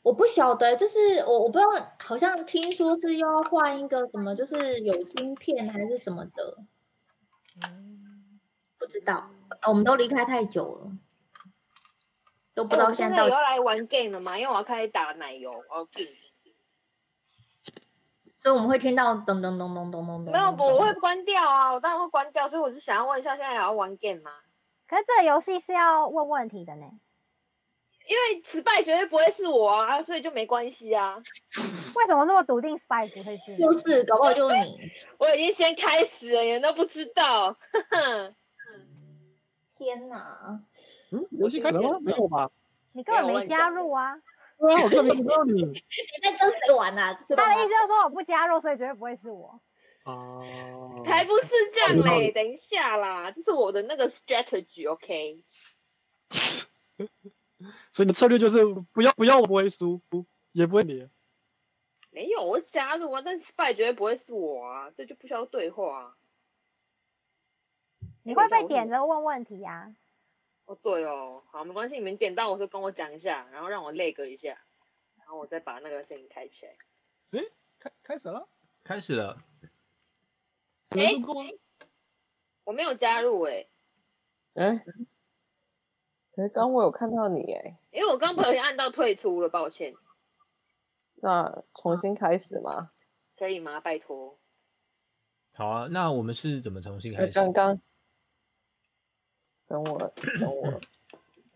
我不晓得，就是我我不知道，好像听说是要换一个什么，就是有芯片还是什么的，
嗯
不知道、哦我们都离开太久了，都不
哎
知
我
道
们现
现在
在
到
有
底。
要来玩 game 了吗？因为我要开始打奶油，我要 game。
所以我们会听到咚咚咚咚咚咚咚。
没
嗯
有，我会关掉啊，我当然会关掉，所以我是想要问一下，现在有要玩 game 吗？
可是这个游戏是要问问题的呢。
因为失败绝对不会是我啊，所以就没关系啊。
为什么这么笃定 Spy 不会是你？
就是，搞不好就是你。
我已经先开始了，你们都不知道。
天哪！
嗯，游戏开始了吗？没有吧？
你根本
没有
没
问
加
题
入啊！
对啊，我根本不知道你。
你在跟谁玩啊？知道
他
吗
的意思就是说我不加入，所以绝对不会是我。
[LAUGHS] 哦，
才不是这样
有道
嘞！
理
等一下啦，这是我的那个 strategy，OK？、
所以你的策略就是不要不要，我不会输，也不会你。
没有，我加入啊，但 spy 绝对不会是我啊，所以就不需要对话啊。
你会被点
的
着问问题啊？
哦，对哦，好，没关系，你们点到我就跟我讲一下，然后让我累个一下，然后我再把那个声音开起来。
开开始了，
开始了，
你们都跟我
我没有加入哎、
哎，可是刚我有看到你哎，
因为我刚不小心按到退出了，抱歉，
那重新开始吗？
可以吗？拜托。
好啊。那我们是怎么重新开始？
刚刚，等我，等我，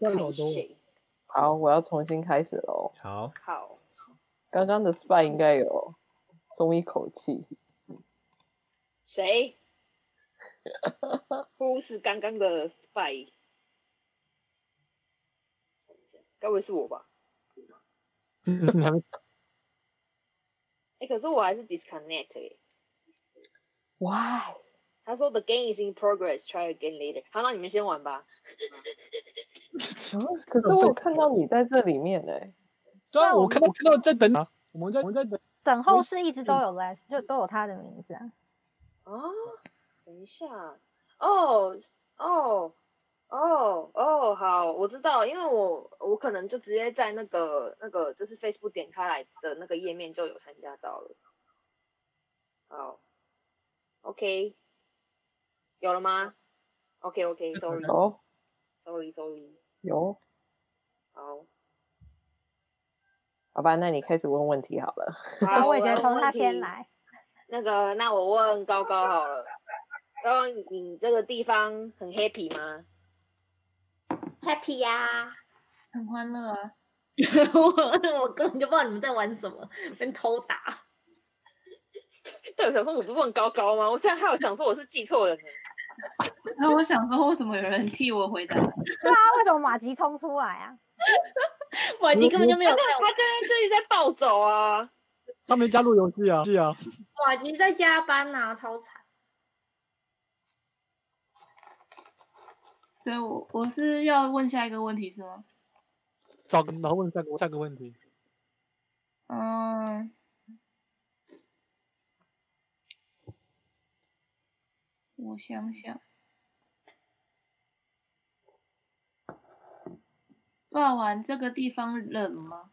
看
太
我都
谁
好，我要重新开始喽。
好，
好，
刚刚的 spy 应该有松一口气，
谁？忽视刚刚的 spy，该不会是我吧？
哎 [LAUGHS] 啊
哎、可是我还是 disconnect 哎、
Why？
他说 the game is in progress, try again later。好，那你们先玩吧。
哦可是我有看到你在这里面哎、
对啊，我看到看到在等啊，我们在我们在等。
等候室一直都有来，就都有他的名字啊。
啊，等一下，哦哦哦哦，好，我知道，因为我我可能就直接在那个那个就是 Facebook 点开来的那个页面就有参加到了。好，OK，有了吗？OK OK，Sorry
有
Sorry Sorry，
哦有，
好，
好吧，那你开始问问题好了。
[LAUGHS]
好，
我也觉得
问
从
啊问
他
题
先。来。
那个，那我问高高好了，高高，你你这个地方很 happy 吗？
，Happy 呀、
很欢乐啊。
我我根本就不知道你们在玩什么，被偷打。
对，我想说我不是问高高吗？我现在还有想说我是记错人呢。
[LAUGHS] 然后我想说，为什么有人替我回答？
对啊，为什么马吉冲出来啊？
我已经根本就没有
他
在
就啊他
玩，
就在这里在暴走啊！
他没加入游戏啊，是啊，
我已经在加班呐、超惨。
所以我我是要问下一个问题是吗？
找然后问下个下个问题。
嗯，我想想，霸王这个地方冷吗？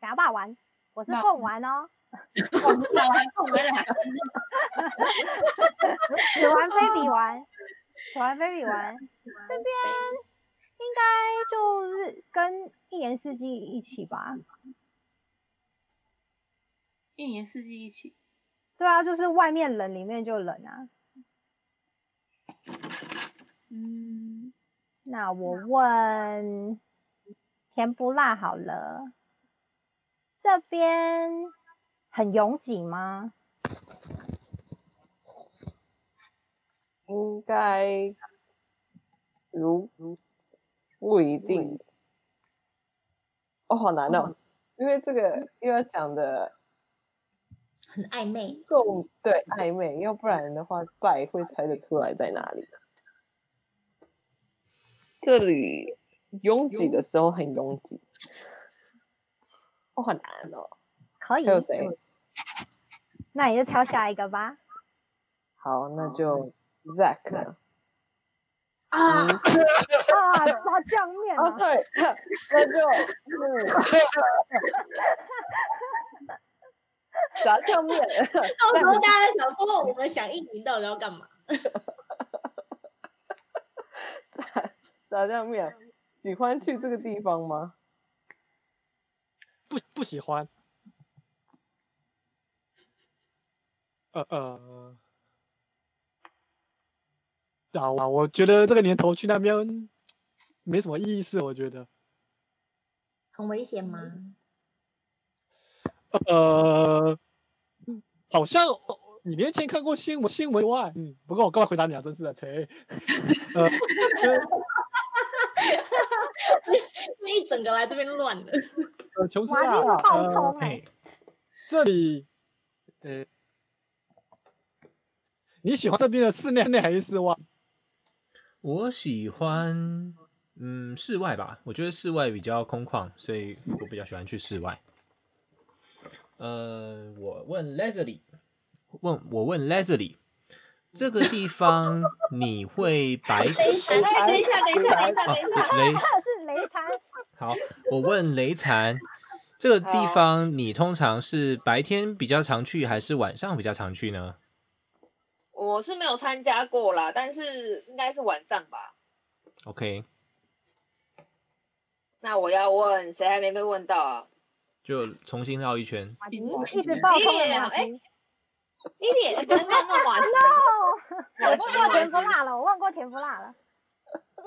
假霸玩，我是
那
凤玩哦，
霸王放回来，
只玩非比玩，只玩非比玩。这边应该就是跟一年四季一起吧？
一年四季一起。
对啊，就是外面冷，里面就冷啊。
嗯，
那我问甜不辣好了，这边很拥挤吗？
应该 [LAUGHS] 如如不一定。哦，好难哦，嗯因为这个又要讲的
很暧昧。
够对暧昧，要不然的话，怪会猜得出来在哪里。这里拥挤的时候很拥挤，哦，好难哦。
可以
还，有谁？
那你就挑下一个吧。
好，那就 Zack 了。
啊，
啊，炸酱面
哦
啊！
[LAUGHS] ，sorry，那就嗯， [LAUGHS] 炸酱面， [LAUGHS]
到时候大家想说我们想一赢到底要干嘛？
炸酱面，喜欢去这个地方吗？
不不喜欢。呃呃，啊，我我觉得这个年头去那边没什么意思，我觉得。
很危险吗？
呃，好像你年前看过新闻新闻以外，嗯，不过我刚才回答你啊，真是的，谁？呃，
那一整个来这边乱的，
呃，
[LAUGHS]
琼斯
哇，
啊，
这是爆
呃
哦
冲哎、
哎，
这里，呃，你喜欢这边的室内内还是室外？
我喜欢嗯室外吧，我觉得室外比较空旷，所以我比较喜欢去室外。呃，我问 Leslie，问我问 Leslie，这个地方你会白
等一哎下，等一下，等一下，等一下，
啊
等一下，
雷
是雷
[LAUGHS]
餐，
好，我问雷禅，这个地
好
方你通常是白天比较常去，还是晚上比较常去呢？
我是没有参加过啦，但是应该是晚上吧。
OK，
那我要问，谁还没被问到啊？
就重新绕一圈。
一直爆冲的两
哎
题。
你脸跟那个马
No，我
我
问
知
过
道
甜不辣了，我问过甜不辣了，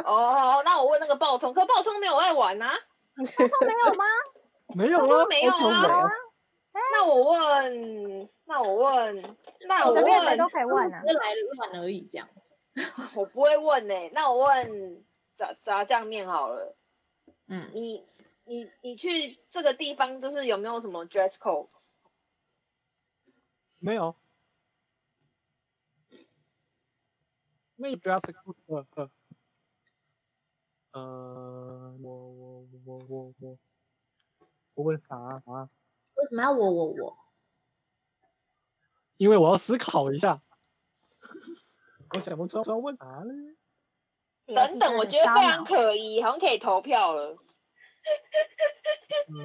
哦，那我问那个暴冲，可暴冲没有爱玩啊。
爆冲没有
[LAUGHS]
吗？
没有
我
啊，
说没有
我
啊
没有
那我问，那我问，那
我
我
随便谁
问
都，可以问啊
[LAUGHS]
只。是来乱而已这样。
我不会问呢、那我问炸炸酱面好了，
嗯，
你你你去这个地方，就是有没有什么 dress code？
没有。那主要是呃呃呃，我我我我我我问啥啊？
为什么要我我我？
因为我要思考一下。我想不出要问啥嘞。
啊
等等，我觉得非常可疑，好像可以投票了。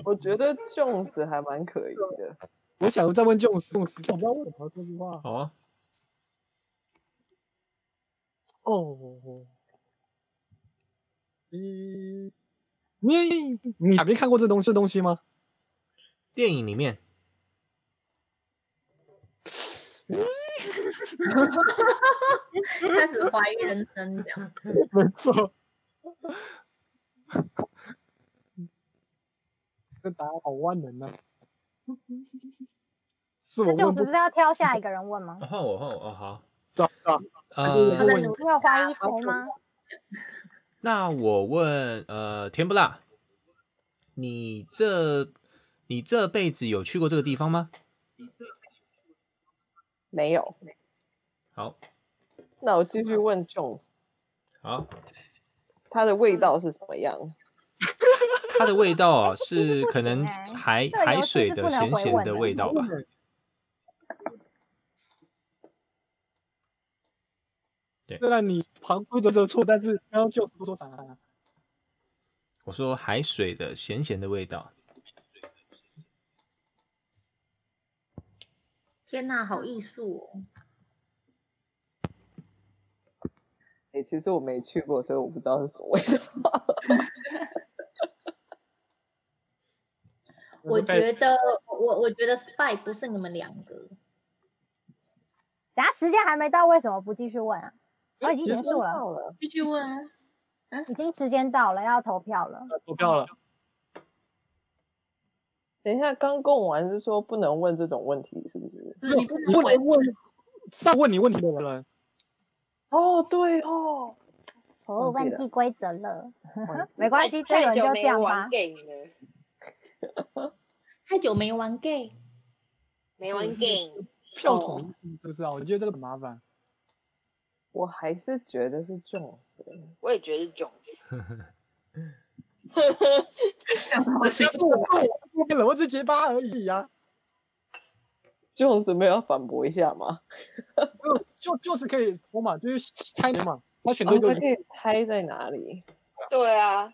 我觉得 Jones 还蛮可以的。
我想再问这种这种事，我不知道为什么，说实话。
好啊，
哦，嗯，你你还没看过这东西东西吗？
电影里面
开始怀疑人生这样。
没错。这答案好万能 [LAUGHS] 啊！是我
那
问
种是
不
不是要挑下一个人问吗
哦？换我换我哦好，
到啊！
呃，
问
你有怀疑谁吗？
那我问呃甜不辣，你这你这辈子有去过这个地方吗？
没有，
好，
那我继续问 Jones，
好，
它的味道是什么样？
它的味道啊是
不
可
行
能
哎
海
这个
海
游戏
水
是
的
不能
咸
回
咸
问
的
的
味道吧。
虽然你旁规则没有错，但是刚刚就是不说啥、啊
我说海水的咸咸的味道，
天哪，好艺术哦！
哎、其实我没去过，所以我不知道是什么味道。 [LAUGHS]
我
被
觉得我我觉得 spy 不是你们两个，
等下时间还没到，为什么不继续问
嗯
啊？我已经结束了，
到了，
继续问啊。
已经时间到了，要投票了。
投票了。
等一下，刚跟我完是说不能问这种问题，是不是？
就是你不
你
能
不
回
能问上问你问题的人，
哦，对哦，
我
忘
忘
记了
记规则了，
忘
[LAUGHS]
记
没
了
关系，这
[LAUGHS] 太
轮
久
就这
没
样吧
玩。game 了，
太久没玩 gay，
没
嗯
玩 game，
票
哦
统一是不是啊？我觉得这个很麻烦。
我还是觉得是 Jones，
我也觉得是囧。
想到我心
但是我看我不变了，我只是结巴而已啊。
Jones 没有要反驳一下吗？
就就就是可以说嘛，就是猜的嘛。他选
哦，
对
他
就
可以猜在哪里？
对啊，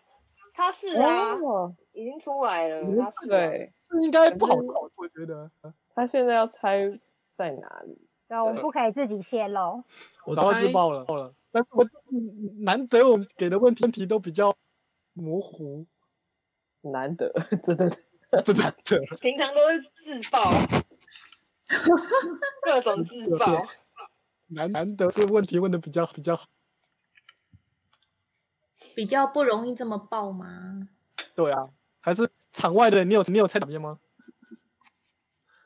他是啊，
哦，
已经出来了，他是啊
嗯对，
这应该不好搞，我觉得。
他现在要猜在哪里？
对，我们不可以自己泄露。
我
然后
猜
就爆了，爆了。但是我嗯难得我们给的问题问题都比较模糊，
难得，真的
不难得。
平常都是自爆，各种自爆。
难难得是问题问的比较比较好，
比较不容易这么爆吗？
对啊，还是场外的，你有你有猜哪边吗？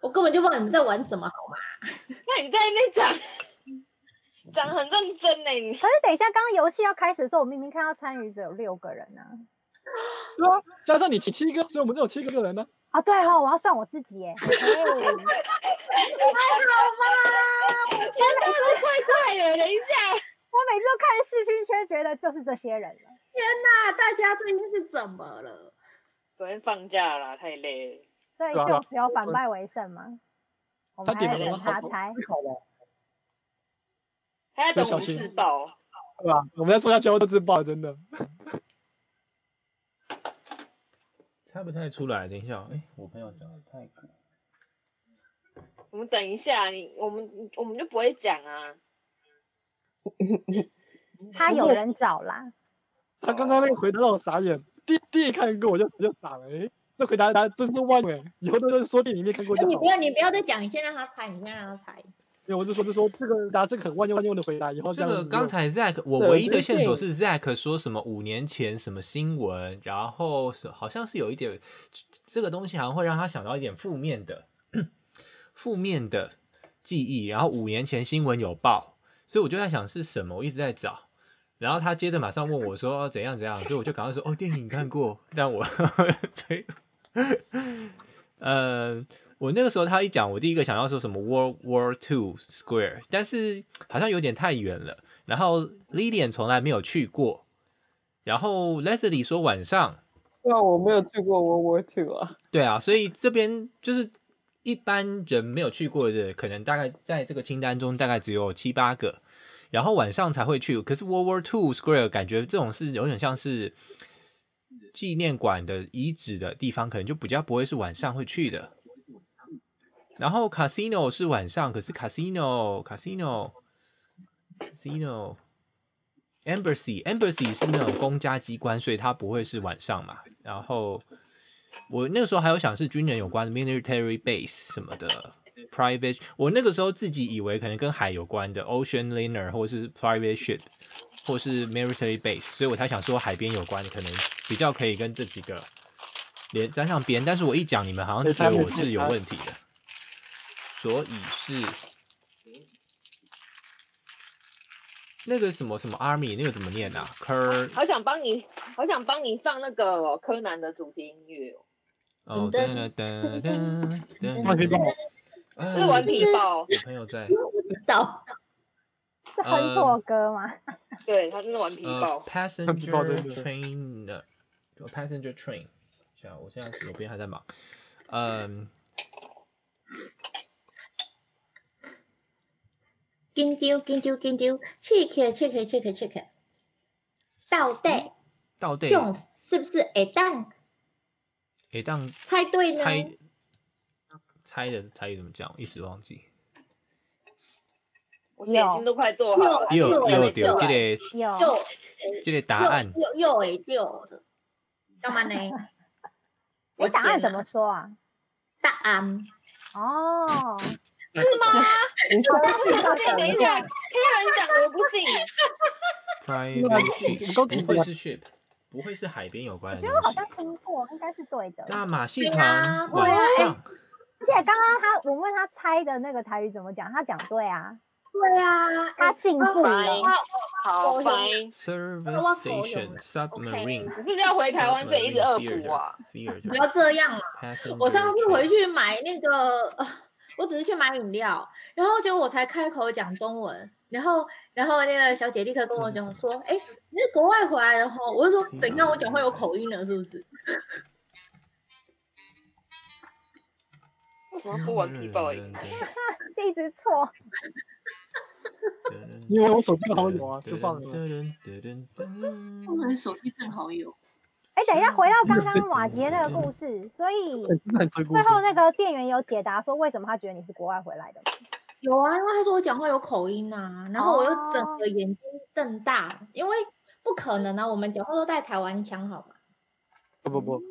我根本就不知道你们在玩什么，好吗？
那你在那边讲，讲很认真呢、你
可是等一下，刚刚游戏要开始的时候，我明明看到参与者有六个人呢、
对啊，加上你七七个，所以我们这有七个人呢、
啊。对哦，我要算我自己耶。嘿
真的是怪怪的。等一下，
我每次都看视讯圈，觉得就是这些人了。
天哪，大家最近是怎么了？
昨天放假了，太累了。
所以
对啊
就只有反败为胜吗？我们
他
还
点
在
的蛮
等他
好的
猜。
还要等
所以
我
小
们
心
自爆，
对吧？我们要说下去要自爆，真的。
猜不太出来。等一下，哎，我朋友讲的太古，
我们等一下，你我们我们就不会讲啊。
他有人找啦，
他刚刚那个回答让我傻眼，第第一看过我就我就傻了，诶，这回答答真是万哎，以后都是说电影里面看过就
哎
好
你
了
不。要，你不要再讲，你先让他猜，你先让他猜。
没有，我是说，就说这个答这个很万用万用的回答，以后这
这
样
个
子
刚
用
才 Zack，我
对
唯一的
最
线索
近
是 Zack 说什么五年前什么新闻，然后是好像是有一点这个东西好像会让他想到一点负面的 [CLEARS THROAT] 负面的记忆，然后五年前新闻有报，所以我就在想是什么，我一直在找。然后他接着马上问我说哦怎样怎样，所以我就赶快说哦电影看过，但我 [LAUGHS] 对，呃，我那个时候他一讲，我第一个想要说什么 World War Two Square，但是好像有点太远了。然后 Lilian 从来没有去过，然后 Leslie 说晚上，
对啊，我没有去过 World War Two 啊。
对啊，所以这边就是一般人没有去过的，可能大概在这个清单中大概只有七八个，然后晚上才会去。可是 World War Two Square 感觉这种是有点像是纪念馆的遗址的地方，可能就比较不会是晚上会去的。然后 Casino 是晚上，可是 Casino Casino Casino Embassy Embassy 是那种公家机关，所以它不会是晚上嘛。然后我那个时候还有想是军人有关的 military base 什么的 private，我那个时候自己以为可能跟海有关的 ocean liner 或是 private ship 或是 military base，所以我才想说海边有关的可能比较可以跟这几个连沾上边。但是我一讲你们好像就觉得我是有问题的，所以是。那个什么什么 army 那个怎么念啊？Cur
好想帮你，好想帮你放那个哦、柯南的主题音乐、哦，
哦噔噔噔噔
万
噔，
平报，
哎
这是顽皮豹，
我朋友在，
到
是
呃
哼错歌吗？
对，他就是顽皮
呃
嗯
豹。
报
，passenger
真的
train 的，passenger train，下，我现在手边还在忙，嗯，
紧丢紧丢紧丢，check check check check，到底
到底
Jones 是不是会当
会当
猜对
猜
呢？
猜的台语怎么讲？一时忘记。
我点心都快做好了，
又
又
又
又
丢这个
有，
就
这个答案，
又又又会丢的，干嘛呢？
你答案
天哪
怎么说啊？
[LAUGHS] 答案？
哦，
哎
你现在
我不信，等一下，黑人讲的我不信，
啊
private ship 不会是 ship，不会是海边有关
我
的
觉得
东
我好
西
像。听过，应该是对的。
那马戏
对啊
团
会啊
晚
哎
上
而且刚刚他我问他猜的那个台语怎么讲，他讲对啊，
对啊，
他
哎
进步
哎
了。
好
我
烦，
service
我口有
station
了
submarine。
你是不是要回台湾这一直恶
submarine
补啊？
theater-
不要
theater
这样嘛。
passenger
我上次
train
回去买那个， [LAUGHS] 呃我只是去买饮料，然后结果我才开口讲中文，然后然后那个小姐立刻跟我
这是
讲
什
说，哎，你是国外回来的哈？我就
西
说怎样，
班
我讲话有
牙
口音呢，是不是？
为什么不玩皮报应？
这一直错，
因为我手 [LAUGHS] 机好友啊，就
[LAUGHS]
放了。
我可能手机正好有。
哎，等一下，回到刚刚瓦杰那个故事，所以
哎真的很推故
最
事。
后那个店员有解答说为什么他觉得你是国外回来的吗，
有啊，因为他说我讲话有口音啊，然后我又整
哦
个眼睛瞪大，因为不可能啊，我们讲话都带台湾腔，好吗？
不不不，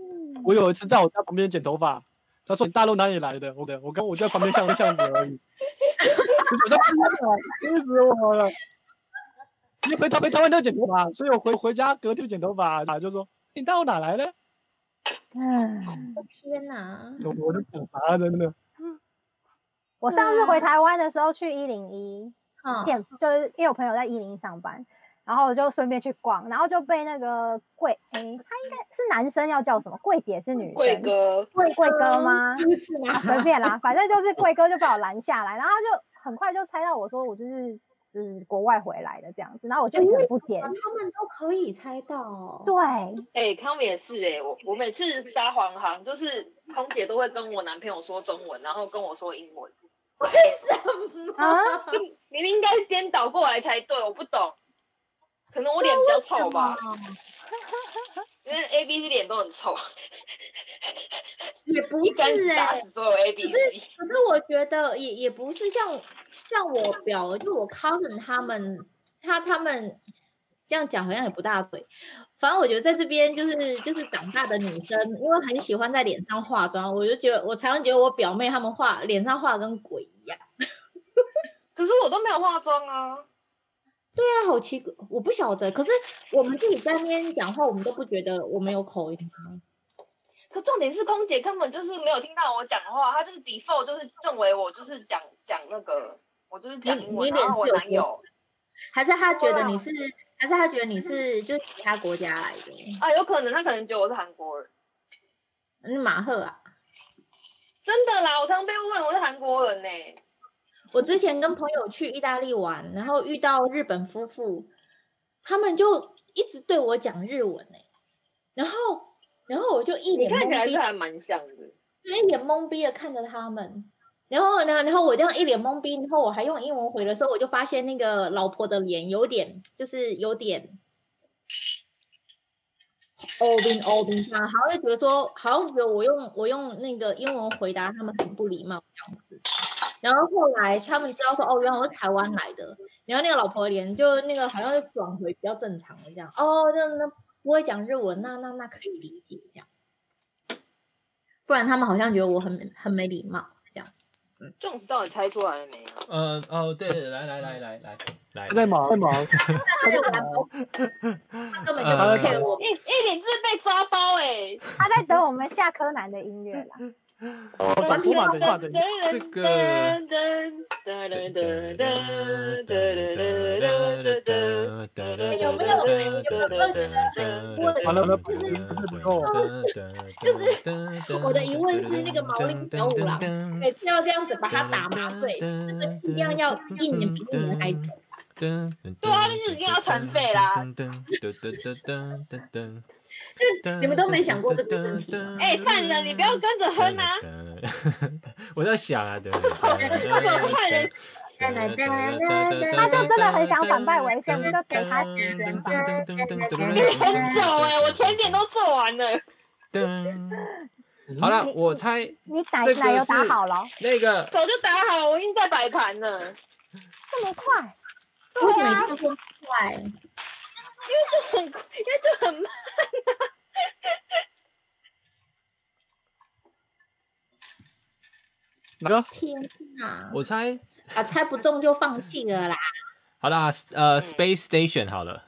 我有一次在我家旁边剪头发，他说你大陆哪里来的？我的，我跟我就在旁边巷巷子而已。我就听了，气死我了！一回头回台湾就剪头发，所以我回回家隔天就剪头发，他就说你大陆哪来的？
嗯，
我天哪！
我我就讲啥真的，
我上次回台湾的时候去一零一
嗯，
见，就是因为我朋友在一零一上班，然后我就顺便去逛，然后就被那个柜，哎，他应该是男生要叫什么？柜姐是女
贵
生，
哥，
贵贵哥吗？
就是 [LAUGHS] 啊，
随便啦，反正就是贵哥就把我拦下来，然后他就很快就猜到我说我就是就是国外回来的这样子，然后我就一直不解
他，们都可以猜到哦。
对，
哎，他们也是哎，我我每次搭黄航，就是空姐都会跟我男朋友说中文，然后跟我说英
[LAUGHS]
文，
啊，
就明明应该是颠倒过来才对，我不懂，可能我脸比较丑吧， [LAUGHS] 因为 A B C 脸都很丑，
也不
一竿
是
子
哎、
打死所有 A B C。
可是我觉得也也不是像像我表，就我 cousin 他们，他他们这样讲好像也不大对。反正我觉得在这边就是就是长大的女生，因为很喜欢在脸上化妆，我就觉得我常常觉得我表妹她们化脸上化得跟鬼一样。
可是我都没有化妆啊，
对啊，好奇怪，我不晓得。可是我们自己在那边讲话，我们都不觉得我们有口音啊。
可重点是空姐根本就是没有听到我讲话，她就是 default 就是认为我就是讲讲那个，我就是讲英文，
你你脸
然后我
是有
男友
还是他觉得你
哇
是，还是他觉得你是就是其他国家来的？
啊，有可能她可能觉得我是韩国人。
你马赫啊？
真的啦，我常被问我是韩国人呢、
我之前跟朋友去意大利玩，然后遇到日本夫妇，他们就一直对我讲日文呢、然后然后我就一
你
脸
看起
懵
来是
逼，
还蛮像的。
一脸懵逼的看着他们。然后呢，然后我这样一脸懵逼，然后我还用英文回的时候，我就发现那个老婆的脸有点，就是有点欧宾欧宾这样，好像就觉得说，好像觉得我用我用那个英文回答他们很不礼貌这样子。然后后来他们知道说，哦，原来我是台湾来的，然后那个老婆脸就那个好像是转回比较正常的这样，哦，那那不会讲日文，那那那可以理解这样。不然他们好像觉得我很很没礼貌这样。
这种事到底猜出来了没有？
[LAUGHS] 呃哦，对，来来来来来来
他，在忙在忙，
他就玩我他根本就
呃
不 care 我。
一一脸是被抓包哎、
他在等我们下柯南的音乐啦。
我转头发等一下
[LAUGHS]
等一下，
这个
啊
有没有
完了完了，不
就是是
不够，
就是
我的疑问是那个毛利小五郎每次要这样子把他打麻醉，这个剂量要一年比一年还久。
对
啊就是一定要残废啦。
就你们都没想过这个问题吗？
[LAUGHS] 哎、犯人，你不要跟着哼啊！！
我在想啊，对，
他就真的很想反败为胜，就给他时间吧。
很久哎、我甜点都做完了，
好了，我猜
你奶
这个
奶油打
是
好了，
那个
早就打好，我已经在摆盘了。
这么快？
啊
为什么这么说快？
很，因为这很慢、
哪个？
天哪！
我猜
啊，猜不中就放弃了啦。
好啦，呃，Space Station 好了，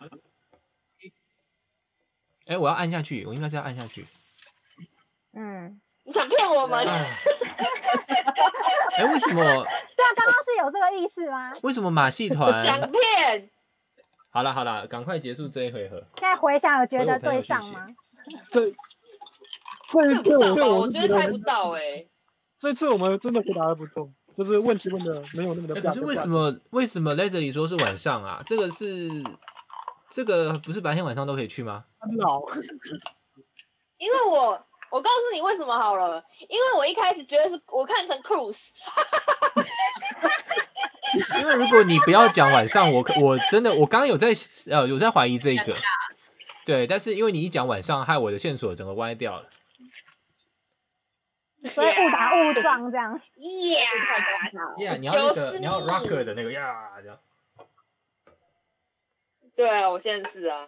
哎，我要按下去，我应该是要按下去。
嗯，
你想骗我们？
哎，哎，为什么？
对啊，刚刚是有这个意思吗？
为什么马戏
想
团？
骗？
好了好了，赶快结束这一回合。
现在回想有觉
回我
得
朋友讯
对上
息
吗？
对，这一次
看不到
对
吧？
我
我
是
觉
觉
得
得
猜不到哎。
这次我们真的回答的不错，就是问题问的没有那么的
哎
漂亮。
可是为什么为什么 Leslie 说是晚上啊？这个是这个不是白天晚上都可以去吗？
干扰？
[LAUGHS] 因为我我告诉你为什么好了，因为我一开始觉得是我看成 cruise，
因为如果你不要讲晚上，我我真的我刚刚有在呃有在怀疑这个，对，但是因为你一讲晚上，害我的线索整个歪掉了。
所以误打误撞这样。 [LAUGHS] 啊
耶、
呀、你要那
就是
个
你
你要 rocker 的那个呀，这样
对啊，我现在是啊，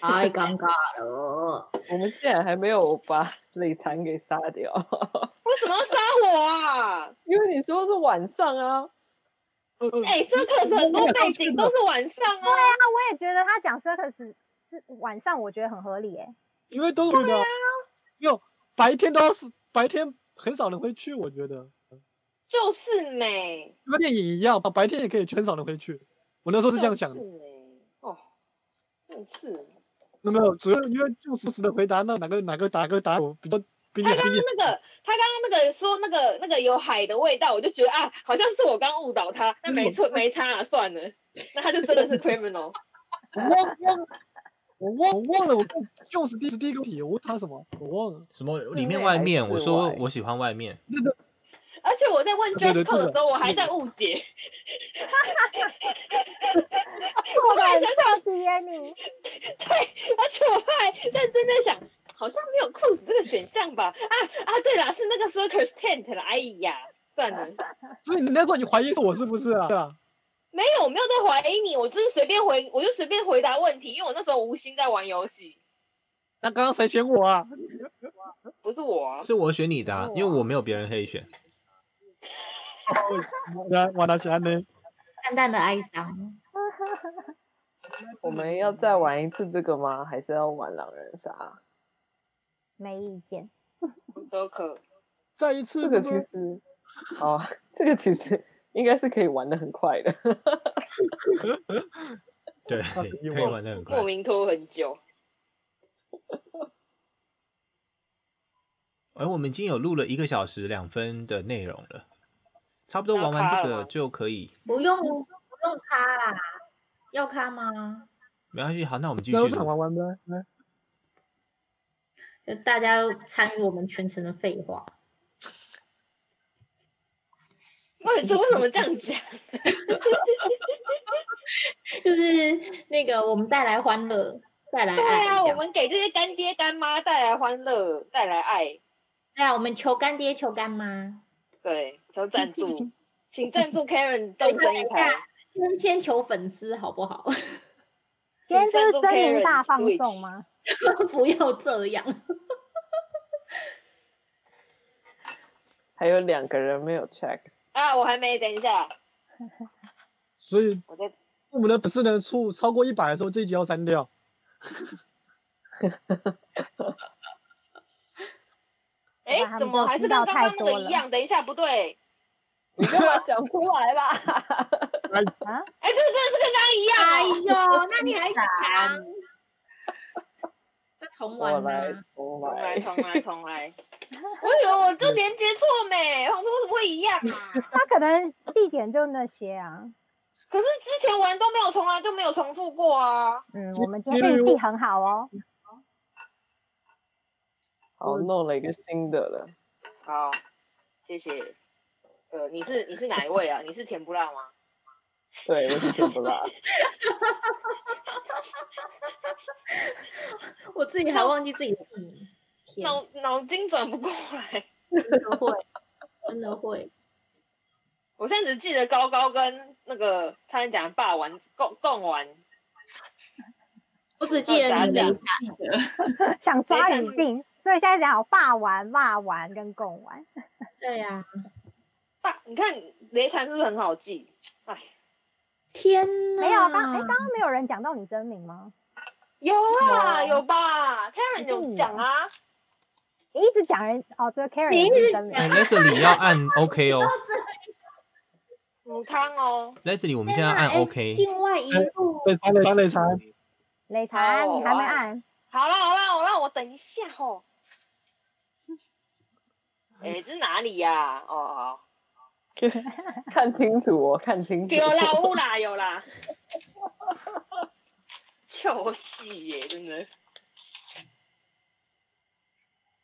太尴尬了。
我们竟然还没有把李禅给杀掉， [LAUGHS]
为什么要杀我啊？
因为你说是晚上啊，
呃呃
哎、c i r c u s 很多背景都是晚上啊，
我也觉得他讲 circus 是晚上，我觉得很合理耶。
因为都是
啊
的，没有白天都是白天很少人会去，我觉得
就是美，
就跟电影一样吧，白天也可以去很少人会去。我那时候是这样想
就
的，
是美哦，真是。
那没有，主要因为就实时的回答那哪个哪个哪个答案我比较比你
哎
还
他刚刚
厉害。
那个，他刚刚那个说那个那个有海的味道，我就觉得啊，好像是我刚误导他，那没错没差啊，算了，那他就真的是 criminal。
我忘忘了我忘我忘了，我就是第第一个问题，我问他什么，我忘了。
什么里面
内
外
还
面，
是
我说
外
我喜欢外面，
而且我在问
对
dress
对
code
对
的
的
时候，我还在误解。我后来想想，
迪耶你，
[LAUGHS] 而且我后来认真在想，好像没有 cruise 这个选项吧？啊啊，对啦，是那个 circus tent 啦。哎呀，算了，
所以你那时候你怀疑是我是不是啊？对啊，
没有，我没有在怀疑你，我就是随便回，我就随便回答问题，因为我那时候无心在玩游戏，
那刚刚谁选我
[LAUGHS]
啊？
不是我、啊。
是我选你的、啊，因为我没有别人可以选。
来，我拿起来呢。
淡淡的哀伤，
我们要再玩一次这个吗？还是要玩狼人杀？
没意见。
都可。
再一次
这个其 [LAUGHS] 实，哦，这个其实应该是可以玩的很快的。
对，
啊可以
可以
忘
玩的很快
莫。名拖很久，
而哎我们已经有录了一个小时两分的内容了，差不多
要
玩完
卡
这
了
个
吗
就可以，
不用不用咖啦，要咖吗？
没关系。好，那我们继续
那我想
录。
玩玩呗。来
就大家参与我们全程的废话。
为这为什么这样讲？
就是那个我们带来欢乐，带来爱。
对啊，
这
我
样
们给这些干爹干妈带来欢乐，带来爱，
对啊，我们求干爹求干妈，
对，求赞 [LAUGHS] 助，请赞助 Karen 动
等
身
一
一
下
台，
先先求粉丝好不好？ [LAUGHS]
今天就是
请
真
赞助
人
Karen
大放
Switch
送吗？
不要这样。
还有两个人没有 check，
啊！我还没，等一下，
所以
我在
我们的粉丝人数超过一百的时候，这一集要删掉。
哎
好吧，他
怎
们
么
就
还是
知
跟
道
刚刚
太
那
多
个
了
一样？等一下，不对，
你干嘛讲出来吧？
哎，这个真的是跟刚
哎
刚一样哦。
呦， [LAUGHS] 那你还讲？那 [LAUGHS] 重
我
玩吗？
来，我
重
来
来，。重来，重来！ [LAUGHS] 我以为我就连接错没，我想说为什么会一样啊？
他可能地点就那些啊。
可是之前玩都没有重来，就没有重复过啊。
嗯，
其
我们今
因
天
为
运
我
气很好哦。
好，弄了一个新的了。
好，谢谢。呃，你是你是哪一位啊？你是甜不辣吗？
对，我是甜不 [LAUGHS] 辣。
我自己还忘记自己的艺名，天，
[LAUGHS] 脑脑筋转不过来，
真的会，真的会。
我现在只记得高高跟那个差点讲霸王共共玩，
我只记得你雷记得，
想抓
看
语
你
病，所以现在讲有霸玩、霸玩跟共玩。
[LAUGHS] 对啊呀、
霸你看雷禅是不是很好记？哎，
天哪，
没有，刚哎，刚刚没有人讲到你真名吗？
有啊，
有
有吧？他们有讲啊，
你一直讲人哦，这个 Karen
你一
也
直
是真
哎
的，
，Leslie 要按
[LAUGHS]
OK 哦
母汤哦，
，Leslie 我们现在要按 OK，
境外一
呃
路
累残累残累残，
雷查
哦
啊你还没
哇
按，
好了好了，我让我等一下吼。哎，这哪里呀、哦哦，
看清楚哦，看清楚。
有啦，有啦，有啦。就是耶，真的。
[LAUGHS]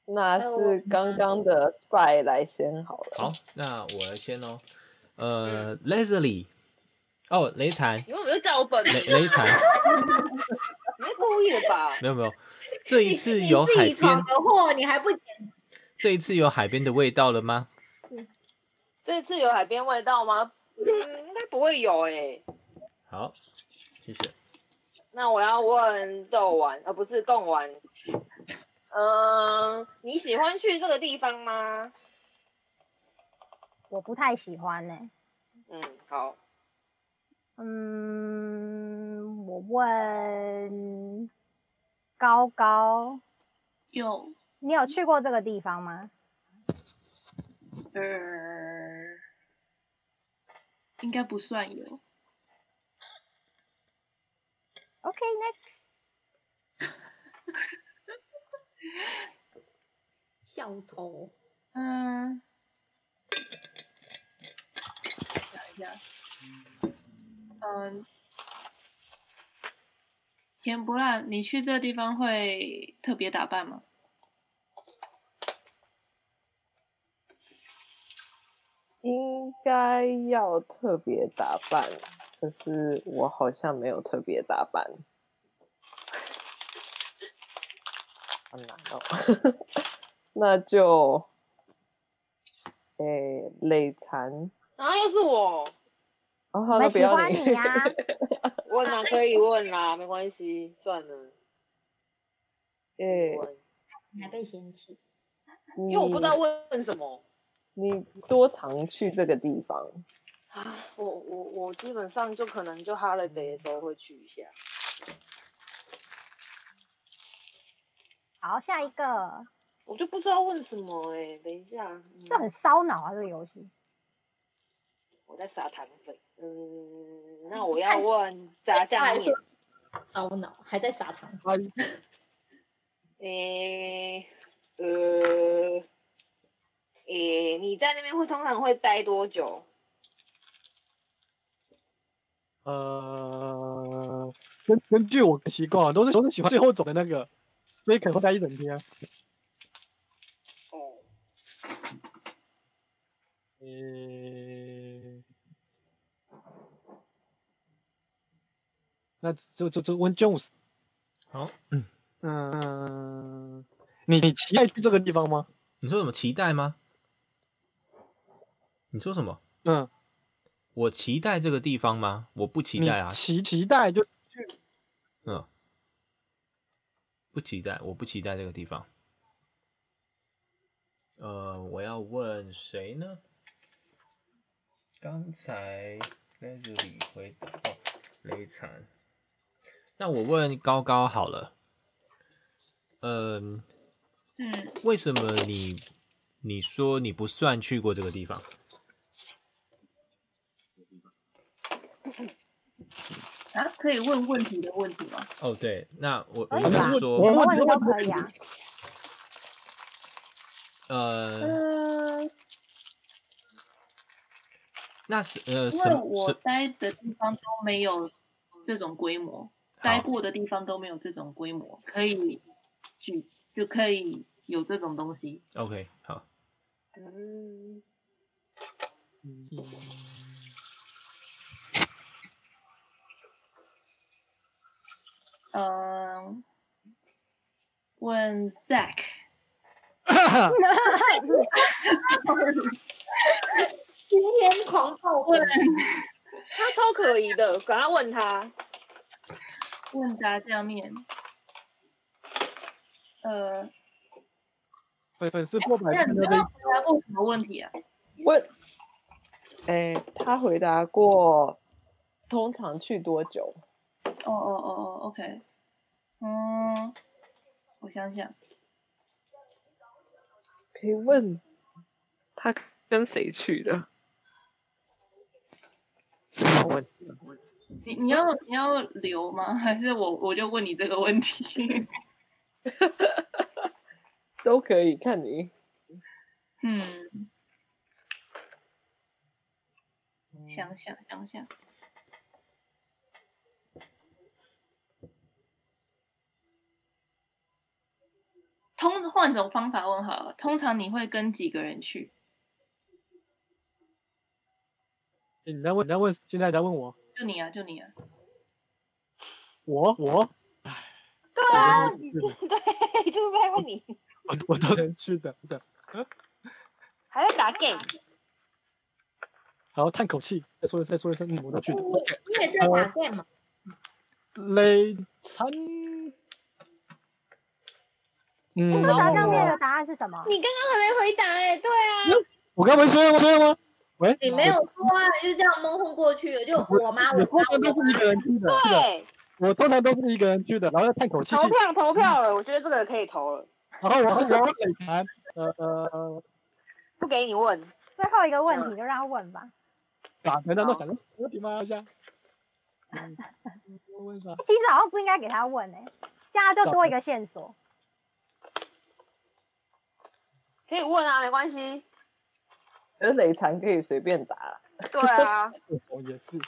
那
哎我
是刚刚的 Spy 来先好了。
好，那我先哦，
嗯
呃，Leslie，哦，雷残，
你为什么又叫我本名啊
雷？雷
[LAUGHS]
残，
你是故意的吧？
没有没有，这一次
你
有
自
海
己闯
边，
的祸，你还不检
这一次有海边的味道了吗？
这次有海边味道吗？嗯，应该不会有诶、
好，谢谢。
那我要问豆丸，呃，不是贡丸。嗯、你喜欢去这个地方吗？
我不太喜欢呢、
嗯，好。
嗯，我问高高，
有，
你有去过这个地方吗？
呃，应该不算有。
OK, next.
校丑，
嗯，想一下，嗯，甜不辣，你去这地方会特别打扮吗？
应该要特别打扮，可是我好像没有特别打扮，好难哦。 [LAUGHS] 那就，诶、累残，
然后又是我，
哦，
我
好，那
们
不
喜
要
欢
你。
你呀、
问啊，可以问啦，没关系，算了。
[LAUGHS] 诶、
问，
还被嫌弃。
你
因为我不知道问什么。
你多常去这个地方，
啊，我我我基本上就可能就 holiday 的时候会去一下。
好，下一个，
我就不知道问什么哎、等一下，嗯
这很烧脑啊，这个游戏。
我在撒糖粉。嗯，那我要问炸酱面，
烧脑，还在撒糖。
啊，
诶、呃，诶、你在那边会通常会待多久？
呃，根根据我的习惯啊，都是都是喜欢最后走的那个，所以可能会待一整天。
哦，
呃，那就就就问 Jones，
好，
嗯，你你期待去这个地方吗？
你说什么期待吗？你说什么？
嗯，
我期待这个地方吗？我不期
你
待啊，
期期待就
嗯，不期待，我不期待这个地方。呃，我要问谁呢？刚才 Leslie 回答哦，雷惨。那我问高高好了。嗯、
嗯，
为什么你你说你不算去过这个地方？
啊，可以问问题的问题吗？
哦，对，那我我
可以
应该
吧
是
什
说，
我
么
问
问题
你
都可以啊。
呃，
嗯，
那是呃
因
什
为
么
我
什
待的地方都没有这种规模，待
好
过的地方都没有这种规模，可以举就可以有这种东西。
？OK，好，
嗯，
嗯 [COUGHS]
嗯，问 Zack，
今天狂暴问，
他超可疑的，赶快问他。
问炸酱面，呃，
粉粉丝破百
那
看
哎你
到被
刚刚回答过什么问题啊？
问，诶、他回答过，通常去多久？
哦哦哦哦，OK，嗯，我想想，
可以问他跟谁
[LAUGHS]
去的？这好问题了
你你要你要留吗？ [LAUGHS] 还是我我就问你这个问题？ [LAUGHS]
都可以看你。
嗯，想想想想，通换种方法问好了，通常你会跟几个人去？
诶你在问你在问，现在在问我，
就你啊，就你啊。
我我
对啊，你 [LAUGHS] 对，就是在问你，
我我都能去的的。
还在打 game，
然后叹口气，再说一次再说一声，嗯，我都去的。
你也在打 game 嘛？
累残，嗯，
这答上面的答案是什
嗯
么？
你刚刚还没回答
欸
哎、对啊，
我刚没说了，我说了吗？喂，
你没有说啊，你就这样蒙混过去了，就我吗？我
我通
吗？
常都是一个人去的，是的，
对，
我通常都是一个人去的，然后再叹口气，
投票投票了，我觉得这个可以投了，
然后我我累残，呃呃，
不给你问，
最后一个问题就让他问
嗯
吧。
打难道反正我的妈呀！问啥？
哎其实好像不应该给他问哎、这样就多一个线索。
嗯可以问啊，没关系，
可是累残可以随便答，
对 [LAUGHS] 啊，
我也是，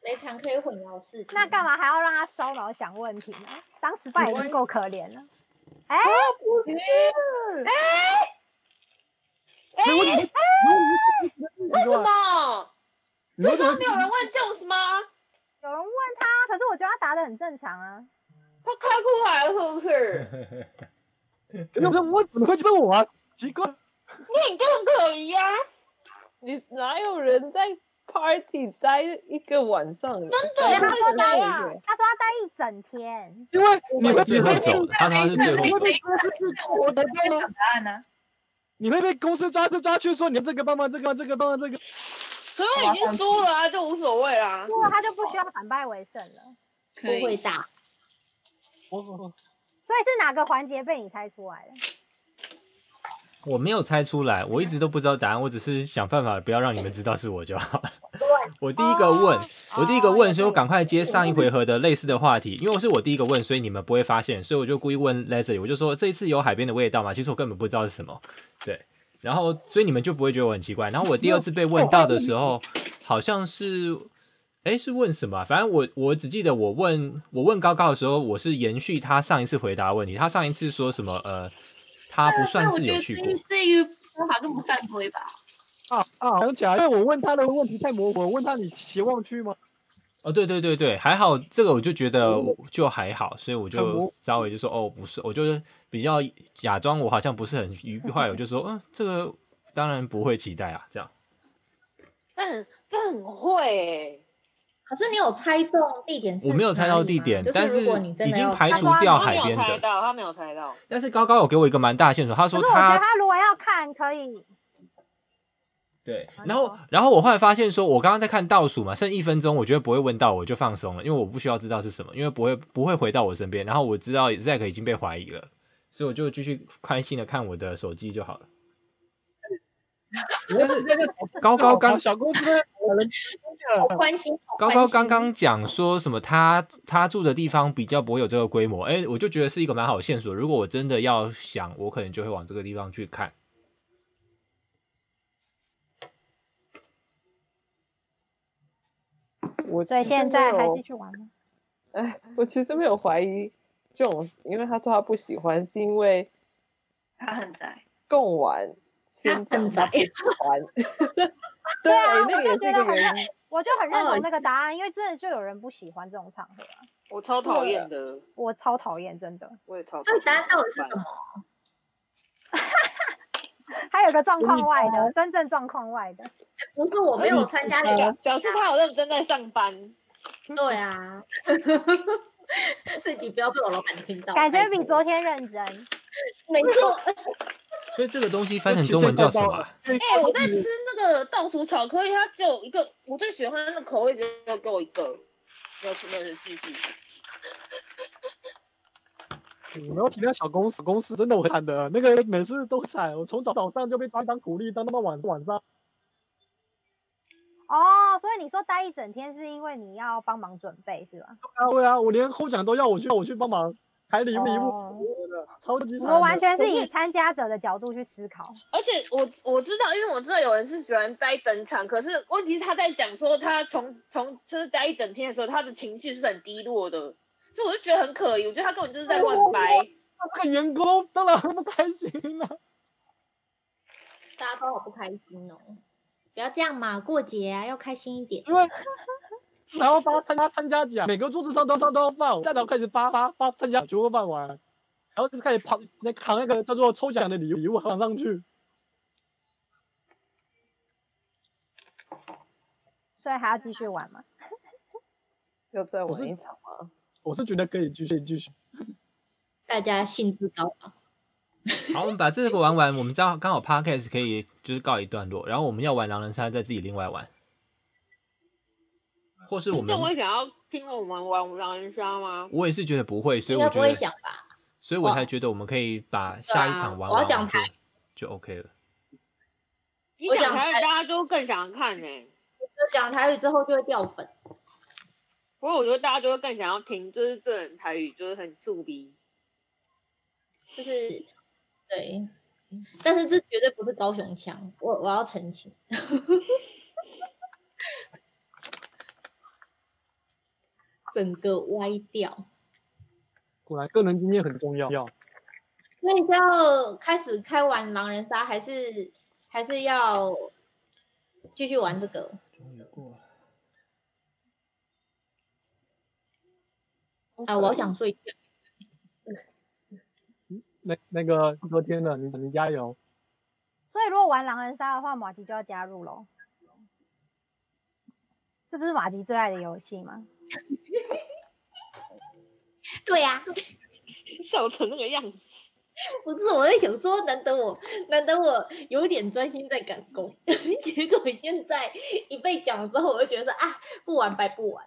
雷强可以混淆视听。
那干嘛还要让他烧脑想问题呢？当失败已经够可怜了。
嗯
哎、
所以我
为
为
什？么？
你
刚
为什
刚
么
没有人问 Jones 吗？
有人问他，可是我觉得他答的很正常啊。
他快过来了是不是？
你
哎
为什么怎么会问我啊？奇怪，
那你更可疑啊！
你哪有人在 party 待一个晚上的？
对
他
他
说待
来
一，
啊，
他说他待一整天，
因为你
他
会
是最后走的，他他是
哎
最后走的。
我得到了。
答案啊呢？
你会被公司抓这抓去，说你这个帮忙，这个这个帮忙，这个。
可是我已经输了啊，就无所谓啦。
不过他就不需要反败为胜了。
啊不
可
会
以，
打，
我我
所以是哪个环节被你猜出来的？
我没有猜出来，我一直都不知道答案，我只是想办法不要让你们知道是我就好了。 [LAUGHS] 我第一个问，
哦
我第一个问，所以我赶快接上一回合的类似的话题，因为我是我第一个问，所以你们不会发现，所以我就故意问 Leslie，我就说这一次有海边的味道吗？其实我根本不知道是什么，对。然后，所以你们就不会觉得我很奇怪。然后我第二次被问到的时候，好像是，哎，是问什么啊、反正我我只记得我问我问高高的时候，我是延续他上一次回答的问题。他上一次说什么？呃，他不算是有去过。
啊但我觉得这一这一方法根本不犯规吧？
啊啊！想起来，因为我问他的问题太模糊，我问他你期望去吗？
哦，对对对对，还好，这个我就觉得我就还好，所以我
很模
就
糊
稍微就说哦，不是，我就是比较假装我好像不是很愉快，我就说嗯，这个当然不会期待啊，这样。
那很这很会欸
[LAUGHS] 可是你有猜中地点是
我没有猜到
哪里
地
吗
点
就，
但
是如果你真
已
的
经
要
排
看
除
他
掉
他没
海
有
边
猜
的。
到，他没有猜到。
但是高高有给我一个蛮大的线索，他
可
说
是我觉
他
得他如果要看，可以
对，然后然后我后来发现说，我刚刚在看倒数嘛，剩一分钟，我觉得不会问到，我就放松了，因为我不需要知道是什么，因为不会不会回到我身边。然后我知道 Zack 已经被怀疑了，所以我就继续开心的看我的手机就好了。但是高高刚
小公司可能
好宽心，好
高
宽
高
心
刚刚讲说什么他他住的地方比较不会有这个规模，哎，我就觉得是一个蛮好的线索。如果我真的要想，我可能就会往这个地方去看。
我
所以
其实
现
没
在还
有
继续玩吗？
哎，我其实没有怀疑 Jones，因为他说他不喜欢，是因为
他很宅，
共玩先讲
很
他
宅
不喜
[LAUGHS]
欢。对
对啊，我
那
就
个也是
觉
一
得
个
很
原
认
因。，
我就很认
嗯
同那个答案，因为真的就有人不喜欢这种场合啊，
我超讨厌的，
我超讨厌，真的。
我也超讨
所
厌。
以答案到底是什么？
还有个状况外的，真正状况外的，
不是我没有参加
表
你，
表示他有认真在上班，
对啊， [LAUGHS] 自己不要被我老板听到，
感觉
拜
比
托
昨天认真。
没错，
所以这个东西翻成中文叫什么啊、
哎、我在吃那个倒数巧克力，它只有一个，我最喜欢的口味只有给我一个，没有没有人继续。
你没有体谅小公司，公司真的会惨的，那个每次都惨，我从早早上就被抓当苦力，当到晚晚上。
哦，所以你说待一整天是因为你要帮忙准备是吧？
啊，对啊，我连抽奖都要我去，我去帮忙，还礼物礼物
哦
的，超级惨
我
的。
们完全是
可
以
是
参加者的角度去思考。
而且我我知道，因为我知道有人是喜欢待整场，可是问题是他在讲说他从从就是待一整天的时候，他的情绪是很低落的，所以我就觉得很可疑，我觉得他根本就是在乱掰。
这个员工当然不开心啊了、
大家都好不开心哦。不要这样嘛，过节啊要开心一点。
因为然后发参加参加奖，每个桌子上都上都要放，站长开始发发发参加奖全部放完，然后就开始扛那扛那个叫做抽奖的礼物礼物扛上去，
所以还要继续玩嘛？
又再
我是
玩一场吗？
我是觉得可以继续继续。
大家兴致高昂，
[LAUGHS] 好，我们把这个玩完，我们刚好刚好 podcast 可以就是告一段落，然后我们要玩狼人杀再自己另外玩，或是我
那
们
我想要听我们玩狼人杀吗？
我也是觉得不会，所以
应
我
该不
觉
会
得
想，吧？啊
所以我才觉得我们可以把下一场玩
我要
完
讲
我们就就 OK 了。
你
我想
讲台语，大家都更想看欸呢、
就讲台语之后就会掉粉。
不过我觉得大家就会更想要听，就是这人台语就是很粗鄙。
就是对，但是这绝对不是高雄腔，我我要澄清。整个歪掉，
果然个人经验很重要。
所以要开始开玩狼人杀，还是还是要继续玩这个？啊，
嗯
我好想睡觉。
那那个昨天的你你加油，
所以如果玩狼人杀的话，马吉就要加入喽。这不是马吉最爱的游戏吗？
对啊呀、
[LAUGHS] 笑成那个样子，
不是我在想说，难得我难得我有点专心在赶工， [LAUGHS] 结果现在一被讲之后，我就觉得说啊，不玩白不玩。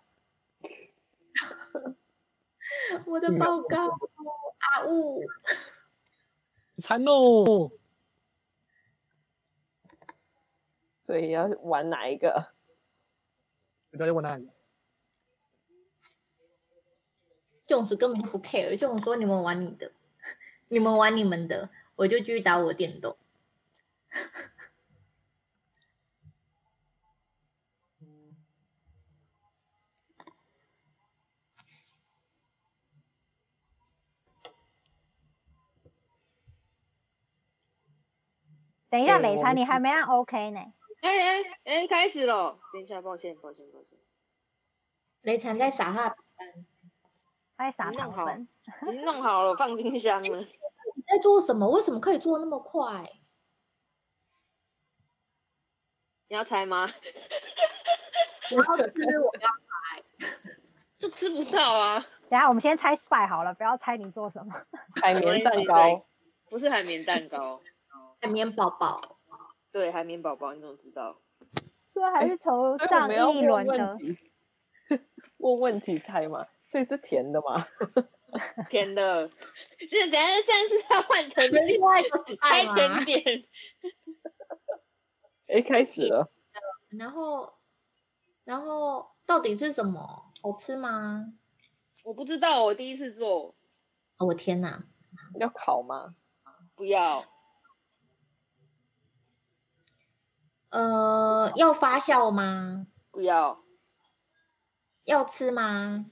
我的
嗯
报告哦啊呜，
惨哦！
所以要玩哪一个？
大家问他，
这种事根本就不 care，这种说你们玩你的，你们玩你们的，我就继续打我的电动。
等一下，
对
磊
我
才
们
你还没按 OK 呢。
哎哎哎，开始了！等一下，抱歉，抱歉，抱歉。
雷禅在撒哈，
还撒
嗯那
糖
好
粉，
已经弄好了，放冰箱了。
你在做什么？为什么可以做那么快？
你要猜吗？
然后是不是 [LAUGHS] 我要
[LAUGHS] 就吃不到啊，
等一下我们先猜 spy 好了，不要猜你做什么。 [LAUGHS]
海绵蛋
我也
糕，
不是海绵蛋糕。
海绵宝宝？
对，海绵宝宝，你怎么知道？
所以还是求
所以我
上
们要
一轮
问
的
问，题， [LAUGHS] 问问题猜嘛，所以是甜的嘛？
甜
[LAUGHS]
的，就是等一下现在是要换成
有 [LAUGHS] 另外一个
猜
爱
甜
吗？
点，
哎，开始了，
然后，然后到底是什么？好吃吗？
我不知道，我第一次做，
哦我天哪！
要烤吗？
不要，
呃，要发酵吗？
不要，
要吃吗？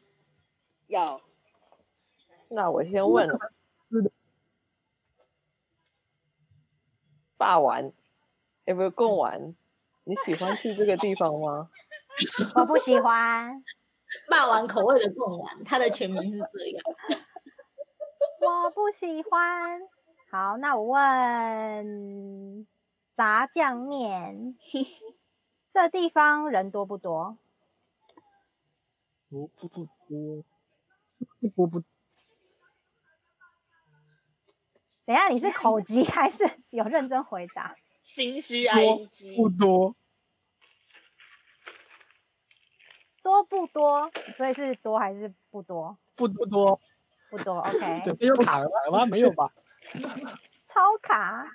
要，
那我先问了，霸玩，哎，不是贡玩，你喜欢去这个地方吗？
[LAUGHS] 我不喜欢。
霸王口味的贡丸，它的全名是这
[LAUGHS]
样。
我不喜欢。好，那我问炸酱 [LAUGHS] 面，这地方人多不多？
不不不不不不不
等一下你 [LAUGHS] 是口急还是有认真回答？
心虚 ing，
不多，
多不多？所以是多还是不多？
不不多，
不不多。OK，
对，没有卡了吗？没有吧？
超卡，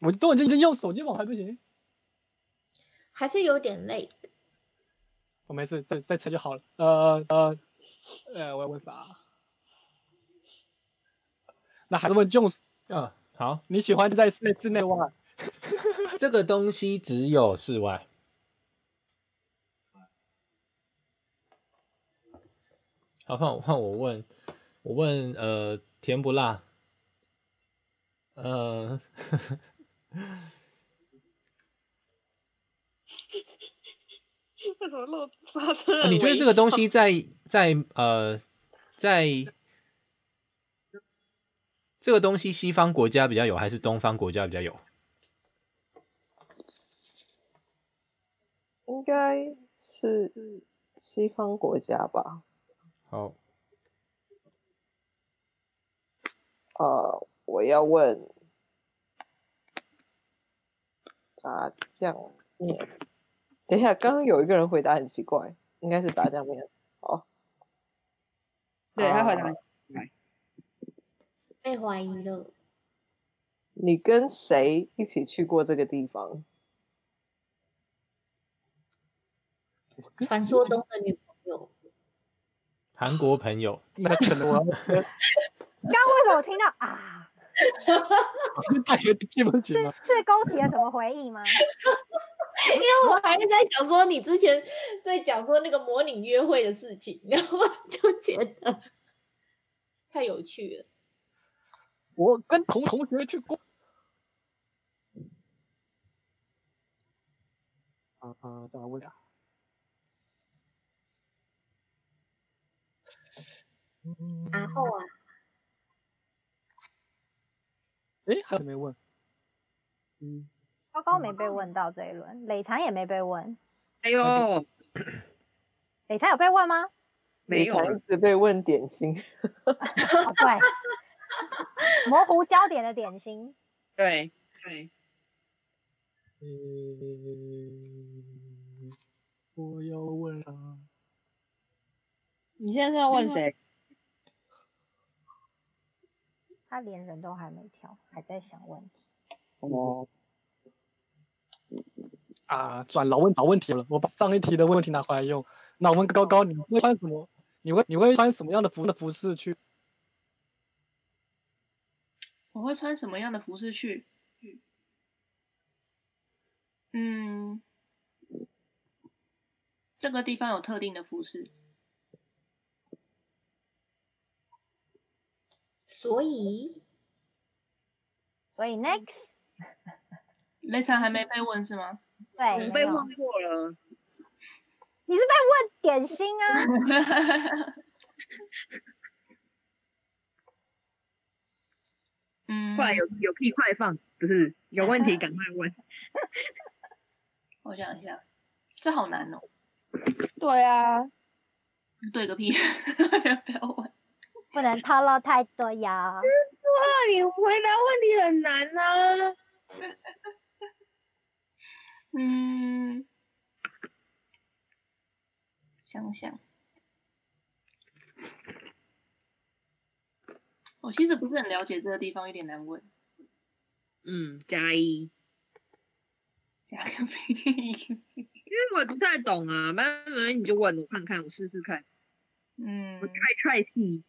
我都已经用手机网还不行，
还是有点累。
我没事，再再猜就好了。呃呃呃，我要问啥？那还是问 Jones，
嗯，好，
你喜欢在室内室内玩？
这个东西只有室外，好，换我换我问，我问呃，甜不辣？呃， [LAUGHS]
[LAUGHS] 为什么漏发生了
啊
微笑？
你觉得这个东西在在呃在这个东西西方国家比较有，还是东方国家比较有？
应该是西方国家吧？
好，
呃，我要问炸酱面。等一下，刚刚有一个人回答很奇怪，应该是炸酱面。哦
对他回答
啊
被怀疑了，
你跟谁一起去过这个地方？
传说中的女朋
[LAUGHS]
友，
韩国朋友，
那可能我要
刚刚为什么我听到啊？
大学记不起了。
是勾起了什么回忆吗？
因为我还是在想说你之前在讲说那个模拟约会的事情，然后就觉得 [LAUGHS] 太有趣了。
我跟同同学去过。啊啊，这问啥？嗯
然后啊，
哎，还有没问？嗯，
高高没被问到这一轮，磊婵也没被问，
哎呦，
[CLEARS THROAT] 磊婵有被问吗？
没有啊
你才一直被问点心。
哦，对，模糊焦点的点心，
对对，
嗯，我要问啊，
你现在是要问谁？
他连人都还没挑，还在想问题。
[LAUGHS]
哦，啊，算老问老问题了，我把上一题的问题拿回来用。那我问高高，你会穿什么？你会你会穿什么样的服的服饰去？
我会穿什么样的服饰去？嗯，这个地方有特定的服饰，
所以
所以 next，
雷晨还没被问是吗？
对，
我
没
被
有
问过了，
你是被问点心啊？
[LAUGHS] 嗯，
快有有屁快放，不是有问题赶快问。
[LAUGHS] 我想一下，这好难哦。嗯
对啊，
对个屁， [LAUGHS] 不要问。
不能透露太多呀。
那你回答问题很难啊。
嗯，想想，我其实不是很了解这个地方，有点难问。 [LAUGHS]
嗯，加一，
加个屁！
因为我不太懂啊，慢慢你就问我看看，我试试看，
嗯
我，踹踹戏。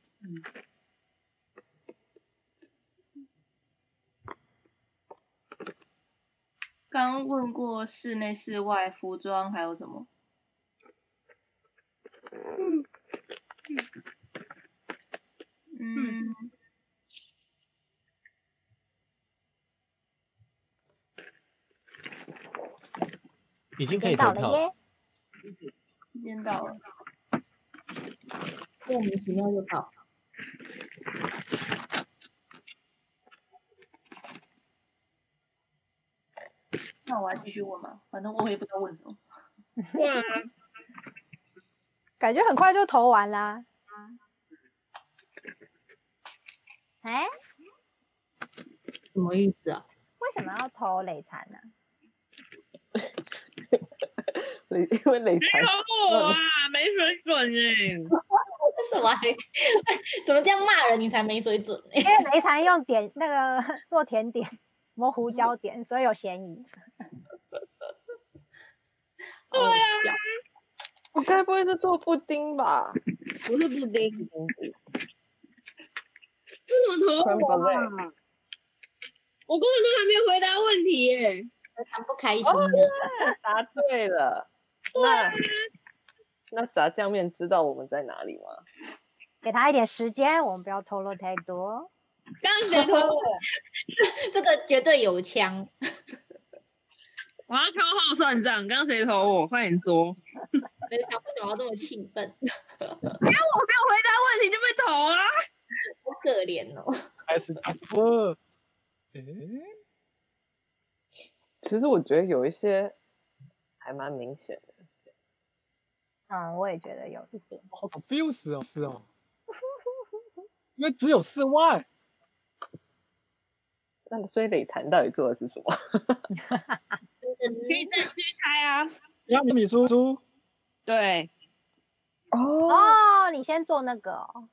刚问过室内、室外、服装，还有什么？嗯，
已经可以
点
投
到了
票了。
耶，
时间到了。
莫名其妙就跑。
那我还继续问吗？反正我也不知道问什么。
对 [LAUGHS] 啊，
感觉很快就投完啦。哎，
什么意思啊？
为什么要投累残 [LAUGHS] 呢？
因为累
没
残
有我啊，没
没水准
[LAUGHS]
哎、
[LAUGHS] 为什么还 [LAUGHS] 怎么这样骂人？你才没水准、欸！
因为雷常用点那个做甜点磨胡椒点，所以有嫌疑。
好
啊
好
哦
笑。
我该不会是做布丁吧？
不是布丁，
哦
[LAUGHS] 这
川
怎么投我
贝
啊？我根本都还没有回答问题耶、
他不开心
啊
了，
答对了。那
啊
那炸酱面知道我们在哪里吗？
给他一点时间，我们不要透露太多。
刚刚谁
[LAUGHS]
投我？
这个绝对有枪。
我要秋后算账，刚刚谁投 [LAUGHS] 我？快点说！
雷强为什么要这么气愤？
我没有回答问题就被投啊！
好可怜哦。
开始打分。诶、
其实我觉得有一些还蛮明显的。
嗯，我也觉得有一点。
好 confuse 哦，是哦，因为只有室外，
那所以磊禅到底做的是什么？
可以再继续
哎
猜啊。
然后米叔叔
对
哦，
哦，你先做那个、哦。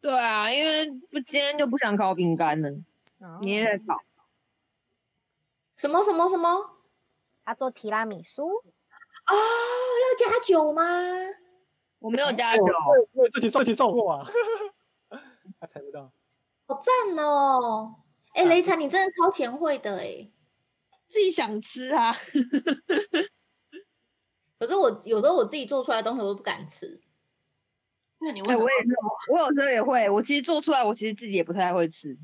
对啊，因为不今天就不想烤饼干了，
哦
明天再烤。
什么什么什么
他做提拉米苏，
哦？要加酒吗？
我没有加酒，
对这题这题算过啊， [LAUGHS] 他猜不到。
好赞哦！哎、雷强，你真的超前会的哎、
自己想吃啊。
可是我有时候我自己做出来的东西我都不敢吃。
那你为
哎、
什么
我也是，我有时候也会。我其实做出来，我其实自己也不太会吃。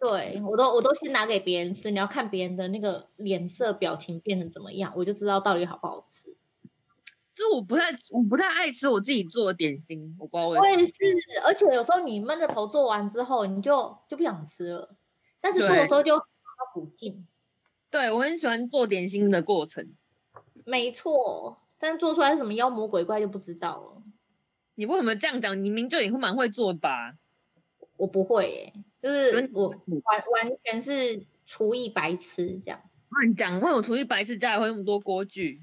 对我都我都先拿给别人吃，你要看别人的那个脸色表情变成怎么样，我就知道到底好不好吃。
就是我不太，我不太爱吃我自己做的点心，我不知道为什
我
么。
也是，而且有时候你闷着头做完之后，你就就不想吃了，但是做的
对
时候就要补进，
对我很喜欢做点心的过程。
没错。但是做出来是什么妖魔鬼怪就不知道了。
你为什么这样讲？你明明就也会蛮会做的吧？
我不会耶、
嗯
就是我完完全是厨艺白痴这样，
乱讲，为什么厨艺白痴家里会有那么多锅具？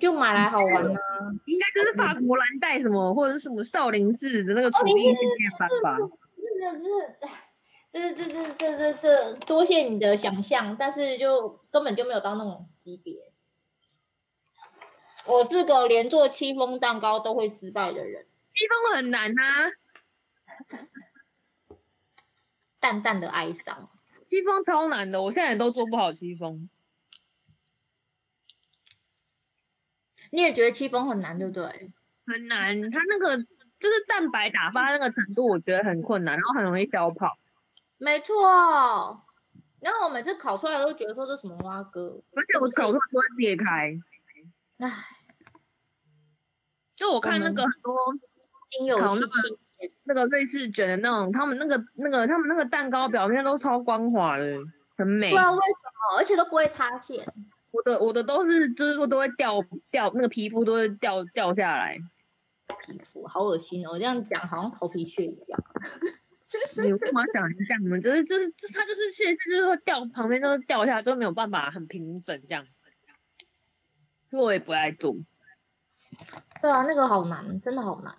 就买来好玩啊。
应该就是法国蓝带什么，或者是什么少林寺的那个厨艺训练班吧？
这这这这这这这这多谢你的想象，但是就根本就没有到那种级别。我是个连做戚风蛋糕都会失败的人，
披风很难啊，
淡淡的哀伤。
戚风超难的，我现在也都做不好戚风。
你也觉得戚风很难，对不对？
很难，它那个就是蛋白打发那个程度，我觉得很困难，然后很容易消泡。
没错。然后我每次烤出来都觉得说这什么蛙哥，
而且我搞错都会裂开。
唉，
就我看那个很多
心有
嗯烤
戚
那个
戚。
那个瑞士卷的那种，他们那个那个他们那个蛋糕表面都超光滑的，很美
不。然为什么？而且都不会塌陷。
我的我的都是就是说都会掉掉那个皮肤都会掉掉下来。
皮肤好恶心哦！我这样讲好像头皮屑一样。
你为什么要讲成这样呢？就是就是就是它就是现在就是说掉旁边都掉下来，就没有办法很平整这样。所以我也不爱做。
对啊，那个好难，真的好难。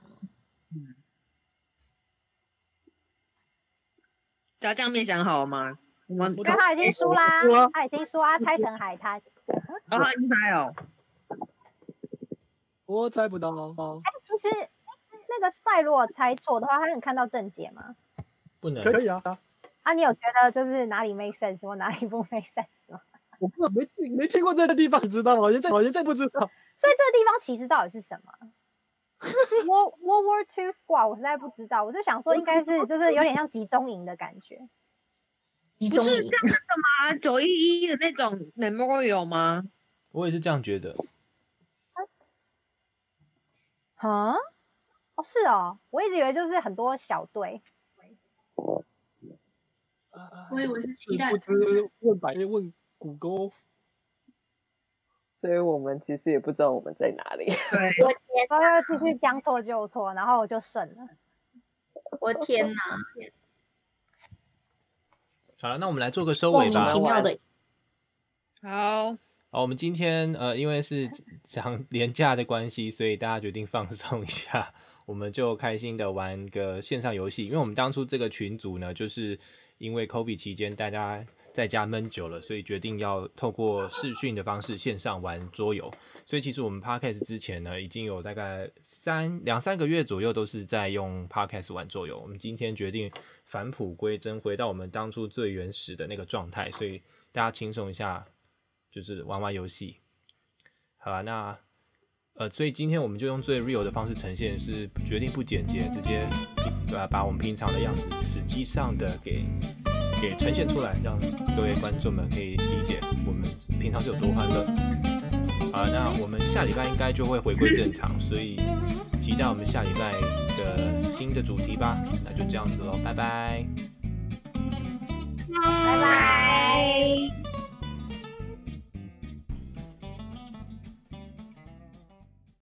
炸酱面想好了吗？我们哦
我
刚他已经输啦
我我，
他已经输啊，猜成海滩。
啊，应该哦。
我猜不到哦，
其实那个赛如果猜错的话，他能看到正解吗？
不能
可以啊，
啊，你有觉得就是哪里 make sense 或哪里不 [LAUGHS] make sense 吗？
我不没没听过这个地方，你知道吗？我现在我现在不知道，
所以这个地方其实到底是什么 [LAUGHS] ？World World War Two Squad，我实在不知道，我就想说应该是就是有点像集中营的感觉。
集
不
中
是
营
像那个吗？九一一的那种 memorial 吗？
我也是这样觉得。
[LAUGHS] 哈？哦，是哦，我一直以为就是很多小队。
我以为是期待
不知问百问谷歌，
所以我们其实也不知道我们在哪里。
我天，
然后又继续将错就错，然后我就胜了。
我天哪！
好了，那我们来做个收
莫
尾
名
吧
其。妙的，
好，
好，我们今天呃，因为是讲 [LAUGHS] 廉价的关系，所以大家决定放松一下，我们就开心的玩个线上游戏。因为我们当初这个群组呢，就是因为 COVID 期间大家在家闷久了，所以决定要透过视讯的方式线上玩桌游。所以其实我们 podcast 之前呢，已经有大概三两三个月左右都是在用 podcast 玩桌游。我们今天决定返璞归真，回到我们当初最原始的那个状态，所以大家轻松一下，就是玩玩游戏。好了，那呃，所以今天我们就用最 real 的方式呈现，是决定不简洁，直接对吧、把我们平常的样子，实际上的给给呈现出来，让各位观众们可以理解我们平常是有多欢乐。好了，那我们下礼拜应该就会回归正常，所以期待我们下礼拜的新的主题吧。那就这样子喽，拜拜。
拜拜。